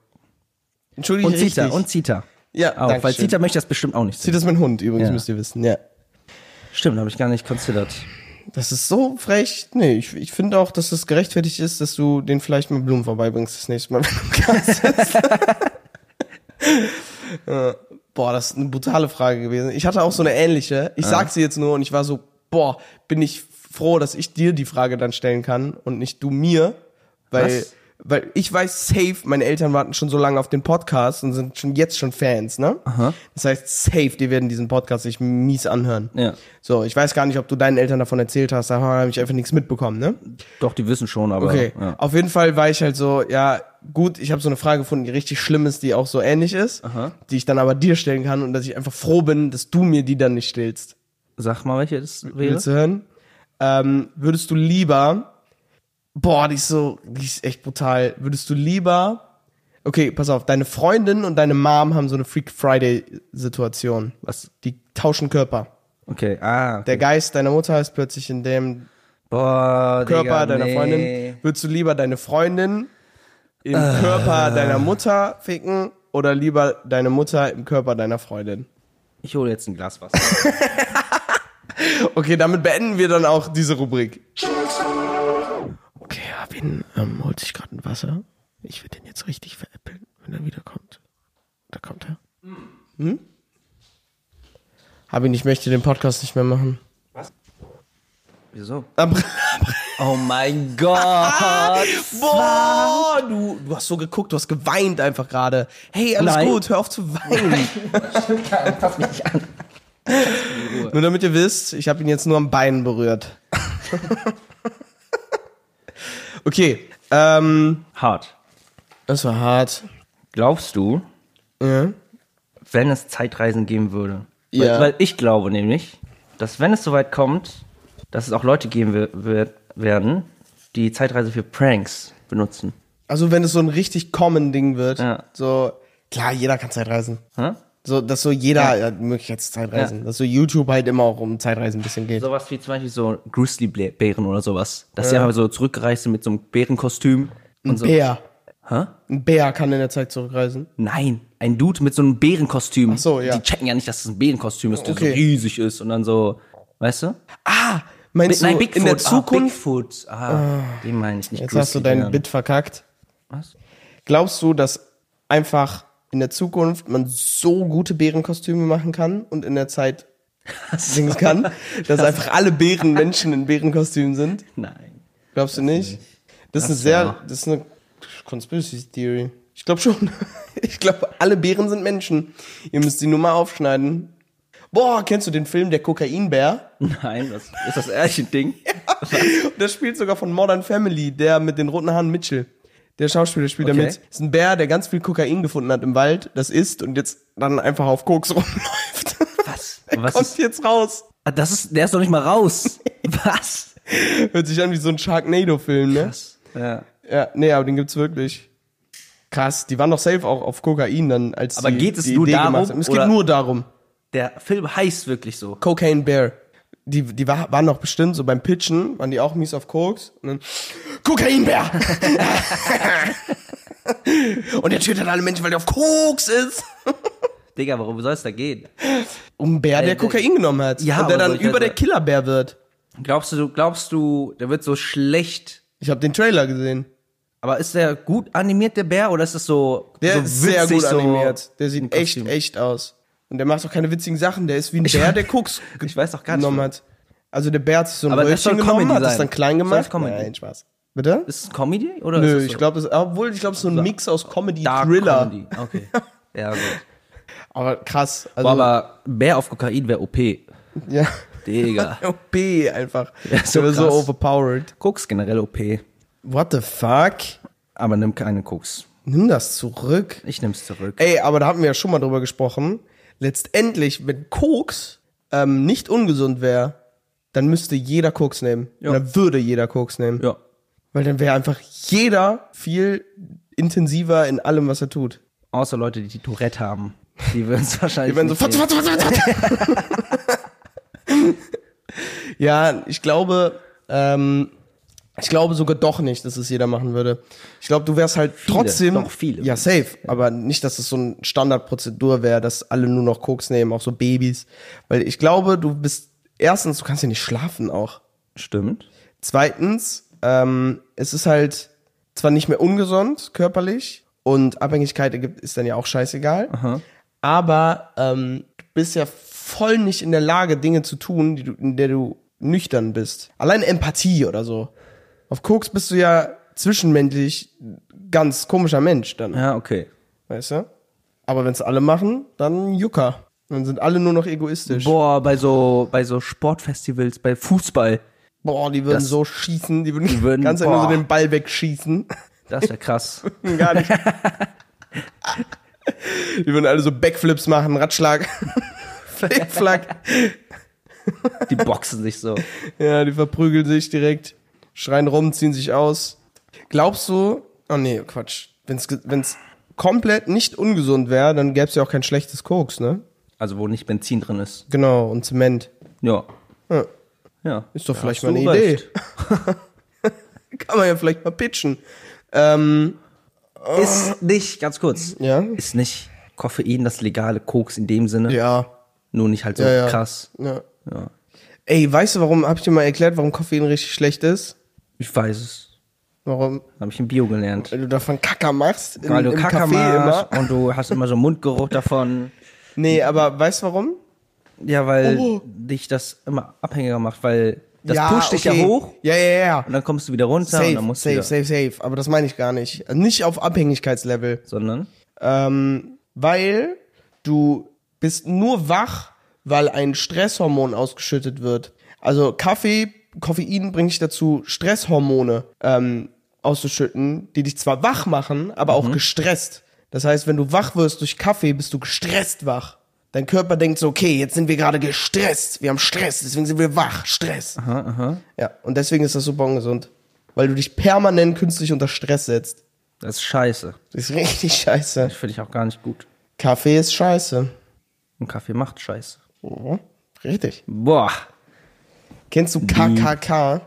Speaker 2: Entschuldige
Speaker 1: Und
Speaker 2: dich.
Speaker 1: Zita,
Speaker 2: richtig.
Speaker 1: und Zita.
Speaker 2: Ja,
Speaker 1: auch, weil
Speaker 2: Dankeschön.
Speaker 1: Zita möchte das bestimmt auch nicht.
Speaker 2: Zieht das mein Hund übrigens,
Speaker 1: Ja.
Speaker 2: müsst ihr wissen. Ja.
Speaker 1: Stimmt, habe ich gar nicht considered.
Speaker 2: Das ist so frech. Nee, ich, ich finde auch, dass es gerechtfertigt ist, dass du den vielleicht mal Blumen vorbeibringst das nächste Mal, wenn du im Garten sitzt. Äh, boah, das ist eine brutale Frage gewesen. Ich hatte auch so eine ähnliche. Ich sag sie jetzt nur und ich war so, boah, bin ich froh, dass ich dir die Frage dann stellen kann und nicht du mir, weil
Speaker 1: Was?
Speaker 2: weil ich weiß safe, meine Eltern warten schon so lange auf den Podcast und sind schon jetzt schon Fans, ne? Das heißt safe, die werden diesen Podcast sich mies anhören.
Speaker 1: Ja.
Speaker 2: So, ich weiß gar nicht, ob du deinen Eltern davon erzählt hast, da habe ich einfach nichts mitbekommen, ne?
Speaker 1: Doch, die wissen schon, aber.
Speaker 2: Okay.
Speaker 1: Ja.
Speaker 2: Auf jeden Fall war ich halt so, ja, gut, ich habe so eine Frage gefunden, die richtig schlimm ist, die auch so ähnlich ist, die ich dann aber dir stellen kann und dass ich einfach froh bin, dass du mir die dann nicht stellst.
Speaker 1: Sag mal, welche das wäre.
Speaker 2: Willst du hören? Ähm, würdest du lieber, boah, die ist so, die ist echt brutal, würdest du lieber, okay, pass auf, deine Freundin und deine Mom haben so eine Freak Friday-Situation.
Speaker 1: Was?
Speaker 2: Die tauschen Körper.
Speaker 1: Okay, ah.
Speaker 2: Der Geist deiner Mutter ist plötzlich in dem
Speaker 1: Boah,
Speaker 2: Körper
Speaker 1: Digga,
Speaker 2: deiner
Speaker 1: nee.
Speaker 2: Freundin, würdest du lieber deine Freundin im
Speaker 1: Ah.
Speaker 2: Körper deiner Mutter ficken oder lieber deine Mutter im Körper deiner Freundin?
Speaker 1: Ich hole jetzt ein Glas Wasser.
Speaker 2: Okay, damit beenden wir dann auch diese Rubrik. Okay, Arvin ähm, holt sich gerade ein Wasser. Ich will den jetzt richtig veräppeln, wenn er wiederkommt. Da kommt er. Hm? Arvin, ich möchte den Podcast nicht mehr machen.
Speaker 1: Wieso?
Speaker 2: April-
Speaker 1: Oh mein Gott.
Speaker 2: Boah, du, du hast so geguckt, du hast geweint einfach gerade. Hey, alles
Speaker 1: Nein.
Speaker 2: gut, hör auf zu weinen.
Speaker 1: Fass mich nicht an.
Speaker 2: Nur damit ihr wisst, ich habe ihn jetzt nur am Bein berührt. okay, ähm,
Speaker 1: Hart.
Speaker 2: das war hart.
Speaker 1: Glaubst du,
Speaker 2: Ja.
Speaker 1: wenn es Zeitreisen geben würde?
Speaker 2: Ja.
Speaker 1: Weil, weil ich glaube nämlich, dass wenn es soweit kommt, dass es auch Leute geben wi- wird, werden, die Zeitreise für Pranks benutzen.
Speaker 2: Also wenn es so ein richtig common Ding wird,
Speaker 1: Ja.
Speaker 2: so klar, jeder kann Zeitreisen.
Speaker 1: Hm?
Speaker 2: So, dass so jeder ja. Möglichkeit zu Zeitreisen.
Speaker 1: Ja.
Speaker 2: Dass so YouTube halt immer auch um Zeitreisen ein bisschen geht.
Speaker 1: Sowas wie zum Beispiel so Grizzly-Bären oder sowas. Dass sie einfach so zurückgereist sind mit so einem Bärenkostüm. Und so.
Speaker 2: Bär.
Speaker 1: Hä?
Speaker 2: Ein Bär kann in der Zeit zurückreisen.
Speaker 1: Nein, ein Dude mit so einem Bärenkostüm. Ach
Speaker 2: so, ja.
Speaker 1: Die checken ja nicht, dass es ein Bärenkostüm ist, der
Speaker 2: Okay.
Speaker 1: so riesig ist und dann so, weißt du?
Speaker 2: Ah, Meinst du, in der Zukunft?
Speaker 1: Ah, Bigfoot. Ah, den meine ich nicht.
Speaker 2: jetzt hast du
Speaker 1: Grizzly
Speaker 2: deinen
Speaker 1: Bären.
Speaker 2: Bit verkackt.
Speaker 1: Was?
Speaker 2: Glaubst du, dass einfach in der Zukunft man so gute Bärenkostüme machen kann und in der Zeit singen kann, dass einfach alle Bärenmenschen in Bärenkostümen sind?
Speaker 1: Nein.
Speaker 2: Glaubst du nicht? Das ist eine
Speaker 1: Das
Speaker 2: sehr,
Speaker 1: ja.
Speaker 2: das ist eine Conspiracy Theory. Ich glaube schon. Ich glaube, alle Bären sind Menschen. Ihr müsst die Nummer aufschneiden. Boah, kennst du den Film Der Kokainbär?
Speaker 1: Nein, das ist das Ärchending.
Speaker 2: Das spielt sogar von Modern Family, der mit den roten Haaren Mitchell. Der Schauspieler spielt
Speaker 1: Okay.
Speaker 2: da mit. Ist ein Bär, der ganz viel Kokain gefunden hat im Wald, das isst und jetzt dann einfach auf Koks rumläuft.
Speaker 1: Was?
Speaker 2: Der
Speaker 1: Was
Speaker 2: kommt
Speaker 1: ist,
Speaker 2: jetzt raus.
Speaker 1: Ah, das ist, der ist doch nicht mal raus. Was?
Speaker 2: Hört sich an wie so ein Sharknado-Film, ne?
Speaker 1: Was? Ja.
Speaker 2: Ja, nee, aber den gibt's wirklich. Krass, die waren doch safe auch auf Kokain dann als
Speaker 1: Aber
Speaker 2: die,
Speaker 1: geht es
Speaker 2: die
Speaker 1: nur
Speaker 2: Idee
Speaker 1: darum,
Speaker 2: gemacht haben. Es geht
Speaker 1: oder-
Speaker 2: nur darum.
Speaker 1: Der Film heißt wirklich so.
Speaker 2: Cocaine Bear. Die, die war, waren doch bestimmt so beim Pitchen, waren die auch mies auf Koks und dann Kokainbär! und der tötet alle Menschen, weil der auf Koks ist.
Speaker 1: Digga, warum soll es da gehen?
Speaker 2: Um einen Bär, der
Speaker 1: Äh, der-
Speaker 2: Kokain genommen hat.
Speaker 1: Ja,
Speaker 2: und der
Speaker 1: aber halt
Speaker 2: dann
Speaker 1: solche-
Speaker 2: über der Killerbär wird.
Speaker 1: Glaubst du, glaubst du, der wird so schlecht?
Speaker 2: Ich habe den Trailer gesehen.
Speaker 1: Aber ist der gut animiert, der Bär, oder ist das so,
Speaker 2: Der
Speaker 1: so
Speaker 2: ist sehr
Speaker 1: witzig,
Speaker 2: gut
Speaker 1: so
Speaker 2: animiert. der
Speaker 1: im
Speaker 2: sieht echt,
Speaker 1: Kostüm?
Speaker 2: echt aus. Und der macht doch keine witzigen Sachen. Der ist wie ein Bär, der Koks ge-
Speaker 1: Ich weiß doch gar nicht,
Speaker 2: genommen
Speaker 1: wo-
Speaker 2: hat. Also der Bär hat sich so ein
Speaker 1: Aber das
Speaker 2: Röhrchen
Speaker 1: soll
Speaker 2: genommen,
Speaker 1: Comedy
Speaker 2: hat das
Speaker 1: sein.
Speaker 2: dann klein
Speaker 1: Soll
Speaker 2: gemacht.
Speaker 1: es Comedy?
Speaker 2: Nein, Spaß. Bitte?
Speaker 1: Ist es ein Comedy? Oder ist
Speaker 2: Nö,
Speaker 1: es Also so
Speaker 2: ich glaube, es- obwohl ich glaube, es ist so ein Mix aus Comedy,
Speaker 1: Dark
Speaker 2: Thriller.
Speaker 1: Comedy. Okay. Ja, gut.
Speaker 2: Aber krass. Also,
Speaker 1: Boah, aber Bär auf Kokain wäre OP.
Speaker 2: ja.
Speaker 1: Digga.
Speaker 2: OP einfach. Ja,
Speaker 1: so
Speaker 2: so
Speaker 1: krass.
Speaker 2: overpowered.
Speaker 1: Koks generell OP.
Speaker 2: What the fuck?
Speaker 1: Aber nimm keine Koks.
Speaker 2: Nimm das zurück.
Speaker 1: Ich nimm's zurück.
Speaker 2: Ey, aber da hatten wir ja schon mal drüber gesprochen. Letztendlich, wenn Koks ähm, nicht ungesund wäre, dann müsste jeder Koks nehmen.
Speaker 1: Ja.
Speaker 2: Oder würde jeder Koks nehmen.
Speaker 1: Ja.
Speaker 2: Weil dann wäre einfach jeder viel intensiver in allem, was er tut.
Speaker 1: Außer Leute, die die Tourette haben. Die würden es wahrscheinlich.
Speaker 2: Die werden so,
Speaker 1: nicht
Speaker 2: "Fatz,
Speaker 1: sehen.
Speaker 2: fatz, fatz, fatz, fatz." ja, ich glaube, ähm, ich glaube sogar doch nicht, dass es jeder machen würde. Ich glaube, du wärst halt trotzdem.
Speaker 1: doch viele.
Speaker 2: Ja, safe. Aber nicht, dass es so eine Standardprozedur wäre, dass alle nur noch Koks nehmen, auch so Babys. Weil ich glaube, du bist, erstens, du kannst ja nicht schlafen auch.
Speaker 1: Stimmt.
Speaker 2: Zweitens, ähm, es ist halt zwar nicht mehr ungesund körperlich und Abhängigkeit ergibt, ist dann ja auch scheißegal, aber ähm, du bist ja voll nicht in der Lage, Dinge zu tun, die du, in der du nüchtern bist. Allein Empathie oder so. Auf Koks bist du ja zwischenmenschlich ganz komischer Mensch dann,
Speaker 1: Ja, okay.
Speaker 2: weißt du? Aber wenn es alle machen, dann Jucker. Dann sind alle nur noch egoistisch.
Speaker 1: Boah, bei so, bei so Sportfestivals, bei Fußball,
Speaker 2: Boah, die würden
Speaker 1: Das-
Speaker 2: so schießen, die würden, die
Speaker 1: würden-
Speaker 2: ganz einfach nur so
Speaker 1: boah.
Speaker 2: den Ball wegschießen.
Speaker 1: das ist ja krass.
Speaker 2: Gar nicht. die würden alle so Backflips machen, Ratschlag, Flickflack.
Speaker 1: Die boxen sich so.
Speaker 2: Ja, die verprügeln sich direkt, schreien rum, ziehen sich aus. Glaubst du, oh nee, Quatsch. Wenn's, ge- wenn's komplett nicht ungesund wäre, dann gäb's ja auch kein schlechtes Koks, ne?
Speaker 1: Also, wo nicht Benzin drin ist.
Speaker 2: Genau, und Zement.
Speaker 1: Ja.
Speaker 2: Ja.
Speaker 1: Ja.
Speaker 2: Ist doch
Speaker 1: Da
Speaker 2: vielleicht
Speaker 1: hast
Speaker 2: mal
Speaker 1: du
Speaker 2: eine
Speaker 1: recht.
Speaker 2: Kann man ja vielleicht mal pitchen. Ähm,
Speaker 1: Ist nicht, ganz kurz,
Speaker 2: ja?
Speaker 1: ist nicht Koffein das legale Koks in dem Sinne,
Speaker 2: Ja.
Speaker 1: nur nicht halt so
Speaker 2: Ja, ja.
Speaker 1: krass.
Speaker 2: Ja.
Speaker 1: Ja.
Speaker 2: Ey, weißt du, warum, hab ich dir mal erklärt, warum Koffein richtig schlecht ist?
Speaker 1: Ich weiß es.
Speaker 2: Warum?
Speaker 1: Habe ich im Bio gelernt.
Speaker 2: Weil du davon Kacker machst, in,
Speaker 1: Weil du
Speaker 2: im
Speaker 1: Kacker
Speaker 2: Café
Speaker 1: machst
Speaker 2: immer.
Speaker 1: und du hast immer so einen Mundgeruch davon.
Speaker 2: Nee, aber weißt du warum?
Speaker 1: Ja, weil
Speaker 2: Oh.
Speaker 1: dich das immer abhängiger macht, weil das
Speaker 2: Ja,
Speaker 1: pusht dich
Speaker 2: okay.
Speaker 1: ja hoch
Speaker 2: Ja, ja, ja.
Speaker 1: und dann kommst du wieder runter und
Speaker 2: Safe,
Speaker 1: dann musst du
Speaker 2: safe,
Speaker 1: wieder,
Speaker 2: safe, safe. Aber das meine ich gar nicht. Also Nicht auf Abhängigkeitslevel.
Speaker 1: sondern
Speaker 2: Ähm, weil du bist nur wach, weil ein Stresshormon ausgeschüttet wird. Also Kaffee, Koffein bringt dich dazu, Stresshormone ähm, auszuschütten, die dich zwar wach machen, aber auch gestresst. Das heißt, wenn du wach wirst durch Kaffee, bist du gestresst wach. Dein Körper denkt so, okay, jetzt sind wir gerade gestresst. Wir haben Stress, deswegen sind wir wach. Stress. Ja, und deswegen ist das super ungesund. Weil du dich permanent künstlich unter Stress setzt.
Speaker 1: das ist scheiße.
Speaker 2: Das ist richtig scheiße.
Speaker 1: Das finde ich auch gar nicht gut.
Speaker 2: Kaffee ist scheiße.
Speaker 1: Und Kaffee macht scheiße.
Speaker 2: Mhm. Richtig.
Speaker 1: Boah.
Speaker 2: Kennst du KKK?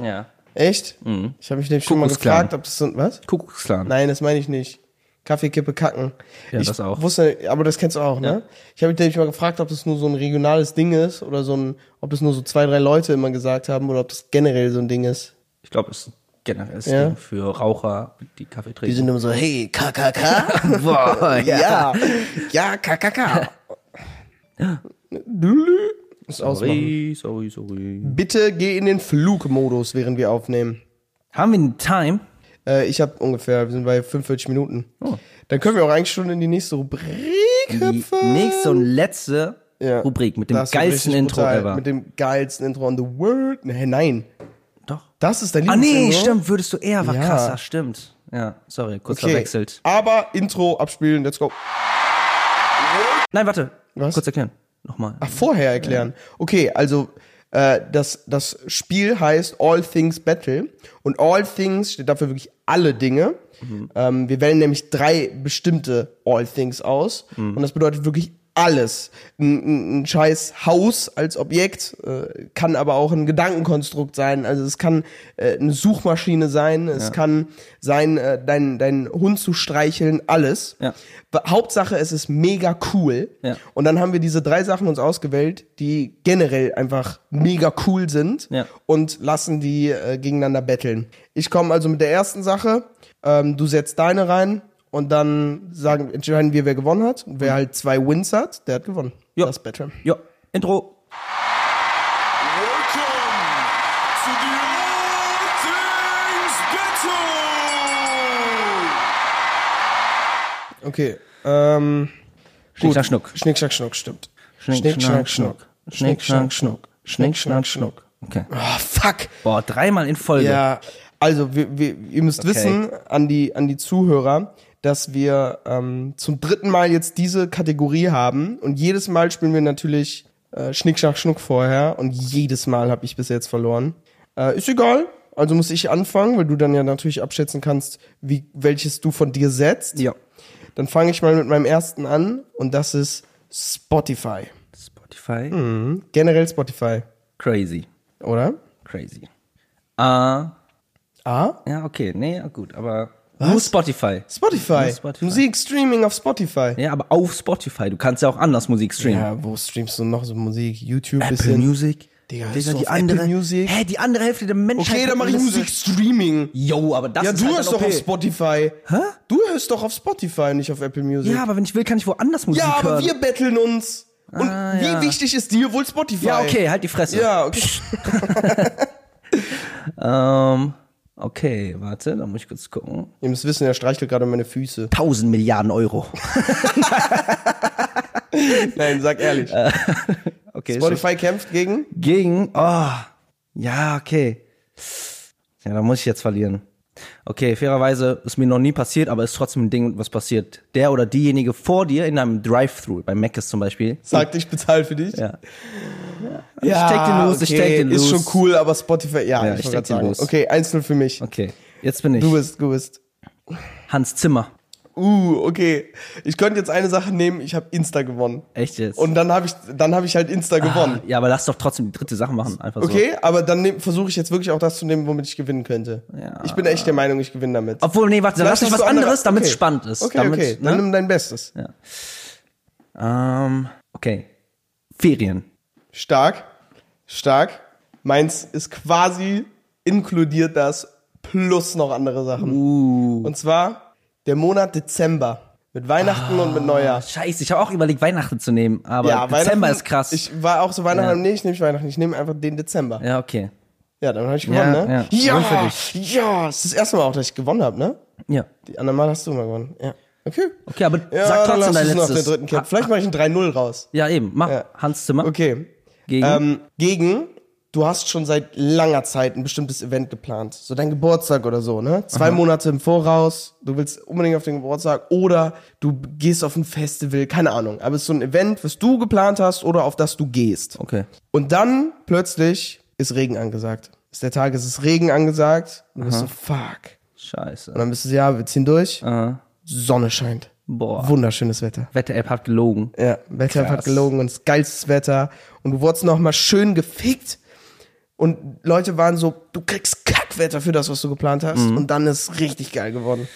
Speaker 1: Ja.
Speaker 2: Echt?
Speaker 1: Mhm.
Speaker 2: Ich habe mich nämlich schon mal
Speaker 1: Kuckucksklan.
Speaker 2: gefragt, ob das so was?
Speaker 1: Kuckucksklan.
Speaker 2: Nein, das meine ich nicht. Kaffeekippe kacken.
Speaker 1: Ja,
Speaker 2: ich
Speaker 1: das auch.
Speaker 2: Wusste, aber das kennst du auch, ne? Ich habe mich nämlich mal gefragt, ob das nur so ein regionales Ding ist oder so ein, ob das nur so zwei, drei Leute immer gesagt haben oder ob das generell so ein Ding ist.
Speaker 1: Ich glaube, es ist generell das
Speaker 2: Ja.
Speaker 1: Ding für Raucher, die Kaffee
Speaker 2: Die
Speaker 1: trinken.
Speaker 2: sind immer so, hey, KKK?
Speaker 1: Boah,
Speaker 2: ja. Ja, KKK. Muss ausmachen.
Speaker 1: Sorry, sorry, sorry.
Speaker 2: Bitte geh in den Flugmodus, während wir aufnehmen.
Speaker 1: Haben wir einen Time?
Speaker 2: Äh, ich habe ungefähr, wir sind bei 45 Minuten. Dann können wir auch eigentlich schon in die nächste Rubrik
Speaker 1: Oh. Die
Speaker 2: hüpfen.
Speaker 1: nächste und letzte
Speaker 2: Ja.
Speaker 1: Rubrik mit dem
Speaker 2: Das wird
Speaker 1: geilsten
Speaker 2: richtig
Speaker 1: Intro
Speaker 2: brutal.
Speaker 1: ever.
Speaker 2: Mit dem geilsten Intro on the world. Nee, nein,
Speaker 1: Doch.
Speaker 2: das ist dein
Speaker 1: Ah nee,
Speaker 2: Lieblingsintro.
Speaker 1: stimmt, würdest du eher, war
Speaker 2: Ja.
Speaker 1: krasser, stimmt. Ja, sorry, kurz
Speaker 2: Okay.
Speaker 1: verwechselt.
Speaker 2: Aber Intro abspielen, let's go.
Speaker 1: Nein, warte.
Speaker 2: Was?
Speaker 1: Kurz erklären. Nochmal.
Speaker 2: Ach, vorher erklären. Okay, also äh, das, das Spiel heißt All Things Battle. Und All Things steht dafür wirklich alle Dinge. Ähm, wir wählen nämlich drei bestimmte All Things aus. Und das bedeutet wirklich alles. Ein, ein, ein scheiß Haus als Objekt äh, kann aber auch ein Gedankenkonstrukt sein. Also es kann äh, eine Suchmaschine sein, es kann sein, äh, dein, dein Hund zu streicheln, alles.
Speaker 1: Ja.
Speaker 2: Ba- Hauptsache, es ist mega cool.
Speaker 1: Ja.
Speaker 2: Und dann haben wir diese drei Sachen uns ausgewählt, die generell einfach mega cool sind
Speaker 1: Ja.
Speaker 2: und lassen die äh, gegeneinander betteln. Ich komme also mit der ersten Sache, ähm, du setzt deine rein und dann sagen, entscheiden wir, wer gewonnen hat. Und wer halt zwei Wins hat, der hat gewonnen.
Speaker 1: Mhm. Ja.
Speaker 2: Das Battle.
Speaker 1: Ja, Intro.
Speaker 2: Okay. Ähm,
Speaker 1: Schnick, schnack, schnuck.
Speaker 2: Schnick, schnack, schnuck, stimmt.
Speaker 1: Schnick, schnack, schnuck. Schnick, schnack, schnuck. Okay.
Speaker 2: Oh, fuck.
Speaker 1: Boah, dreimal in Folge.
Speaker 2: Ja, also wir, wir, ihr müsst wissen an die, an die Zuhörer, dass wir ähm, zum dritten Mal jetzt diese Kategorie haben und jedes Mal spielen wir natürlich äh, Schnick, Schnack, Schnuck vorher und jedes Mal habe ich bis jetzt verloren. Äh, ist egal, also muss ich anfangen, weil du dann ja natürlich abschätzen kannst, wie, welches du von dir setzt.
Speaker 1: Ja.
Speaker 2: Dann fange ich mal mit meinem ersten an und das ist Spotify.
Speaker 1: Spotify.
Speaker 2: Hm. Generell Spotify,
Speaker 1: Crazy.
Speaker 2: oder?
Speaker 1: Crazy. Ah,
Speaker 2: Ah?
Speaker 1: ja, okay. Nee, ja, gut, aber nur Spotify.
Speaker 2: Spotify.
Speaker 1: Nur Spotify.
Speaker 2: Musik, Streaming auf Spotify.
Speaker 1: Ja, aber auf Spotify. Du kannst ja auch anders Musik streamen.
Speaker 2: Ja, wo streamst du noch so Musik? YouTube
Speaker 1: Apple
Speaker 2: bisschen.
Speaker 1: Music.
Speaker 2: Digga, hörst
Speaker 1: Digga,
Speaker 2: du
Speaker 1: die
Speaker 2: auf
Speaker 1: andere.
Speaker 2: Apple Music?
Speaker 1: Hä, die andere Hälfte der Menschheit.
Speaker 2: Okay, dann mache ich
Speaker 1: Liste.
Speaker 2: Musikstreaming.
Speaker 1: Yo, aber das
Speaker 2: Ja,
Speaker 1: ist
Speaker 2: du
Speaker 1: halt
Speaker 2: hörst
Speaker 1: dann
Speaker 2: doch
Speaker 1: OP.
Speaker 2: auf Spotify. Hä? Du hörst doch auf Spotify, nicht auf Apple Music.
Speaker 1: Ja, aber wenn ich will, kann ich woanders Musik
Speaker 2: Ja, aber
Speaker 1: hören.
Speaker 2: wir betteln uns. Und
Speaker 1: Ah,
Speaker 2: wie
Speaker 1: ja.
Speaker 2: wichtig ist dir wohl Spotify?
Speaker 1: ja, okay, halt die Fresse.
Speaker 2: Ja, okay.
Speaker 1: Ähm, okay, warte, dann muss ich kurz gucken.
Speaker 2: Ihr müsst wissen, er streichelt gerade meine Füße.
Speaker 1: 1000 Milliarden Euro.
Speaker 2: Nein, sag ehrlich.
Speaker 1: Äh, Okay, ist
Speaker 2: Spotify kämpft gegen?
Speaker 1: Gegen. Oh. Ja, okay. Ja, da muss ich jetzt verlieren. Okay, fairerweise ist mir noch nie passiert, aber ist trotzdem ein Ding, was passiert. Der oder diejenige vor dir in einem Drive-Thru, bei Mc's zum Beispiel.
Speaker 2: Sagt, ich bezahl für dich.
Speaker 1: Ja. Ich take den los, ich take den
Speaker 2: Ist
Speaker 1: los.
Speaker 2: schon cool, aber Spotify, ja,
Speaker 1: Ja,
Speaker 2: ich,
Speaker 1: ich
Speaker 2: wollte
Speaker 1: take
Speaker 2: gerade
Speaker 1: den
Speaker 2: sagen.
Speaker 1: los.
Speaker 2: Okay, 1-0 für mich.
Speaker 1: Okay, jetzt bin ich.
Speaker 2: Du bist, du bist.
Speaker 1: Hans Zimmer.
Speaker 2: Uh, okay. Ich könnte jetzt eine Sache nehmen, ich habe Insta gewonnen.
Speaker 1: Echt jetzt?
Speaker 2: Und dann habe ich, dann habe ich halt Insta gewonnen.
Speaker 1: ja, aber lass doch trotzdem die dritte Sache machen. Einfach Ah, so.
Speaker 2: Okay, aber dann nehm- versuche ich jetzt wirklich auch das zu nehmen, womit ich gewinnen könnte.
Speaker 1: Ja.
Speaker 2: Ich bin echt der Meinung, ich gewinne damit.
Speaker 1: Obwohl, nee, warte, dann lass mich was
Speaker 2: das andere-
Speaker 1: anderes, damit es
Speaker 2: okay.
Speaker 1: spannend ist.
Speaker 2: Okay,
Speaker 1: damit,
Speaker 2: okay, dann
Speaker 1: Ne?
Speaker 2: nimm dein Bestes.
Speaker 1: Ähm, okay. Ferien.
Speaker 2: Stark, stark. Meins ist quasi inkludiert das plus noch andere Sachen.
Speaker 1: Uh.
Speaker 2: Und zwar der Monat Dezember mit Weihnachten und mit Neujahr.
Speaker 1: Scheiße, ich habe auch überlegt, Weihnachten zu nehmen, aber Ah, Dezember
Speaker 2: Weihnachten-
Speaker 1: ist krass.
Speaker 2: Ich war auch so Weihnachten,
Speaker 1: Ja.
Speaker 2: nee, ich nehme nicht Weihnachten, ich nehme einfach den Dezember. Ja,
Speaker 1: ja, okay.
Speaker 2: dann habe ich gewonnen,
Speaker 1: Ja,
Speaker 2: ne?
Speaker 1: ja. Wohl für
Speaker 2: ja, ja, das ist das erste Mal auch, dass ich gewonnen habe, ne?
Speaker 1: Ja.
Speaker 2: Die anderen Mal hast du mal gewonnen. Ja. Okay.
Speaker 1: Okay, aber
Speaker 2: Ja,
Speaker 1: sag trotzdem
Speaker 2: dann lass
Speaker 1: dein
Speaker 2: es noch den
Speaker 1: letztes.
Speaker 2: dritten Cap. Vielleicht mache ich ein 3-0 raus.
Speaker 1: ja, eben. Mach Hans Zimmer
Speaker 2: Okay.
Speaker 1: gegen.
Speaker 2: Ähm, gegen, du hast schon seit langer Zeit ein bestimmtes Event geplant. So dein Geburtstag oder so, ne? Zwei Monate im Voraus, du willst unbedingt auf den Geburtstag oder du gehst auf ein Festival, keine Ahnung. Aber es ist so ein Event, was du geplant hast oder auf das du gehst.
Speaker 1: okay.
Speaker 2: Und dann plötzlich ist Regen angesagt. Ist der Tag, es ist Regen angesagt. Und du bist so, fuck. Und
Speaker 1: Scheiße. Äh,
Speaker 2: dann bist du, so, ja, wir ziehen durch. Sonne scheint.
Speaker 1: Boah.
Speaker 2: Wunderschönes Wetter.
Speaker 1: Wetter-App hat gelogen.
Speaker 2: Ja, Wetter
Speaker 1: Krass.
Speaker 2: hat gelogen und es geilstes Wetter. Und du wurdest noch mal schön gefickt. Und Leute waren so, du kriegst Kackwetter für das, was du geplant hast.
Speaker 1: Mhm.
Speaker 2: Und dann ist richtig geil geworden.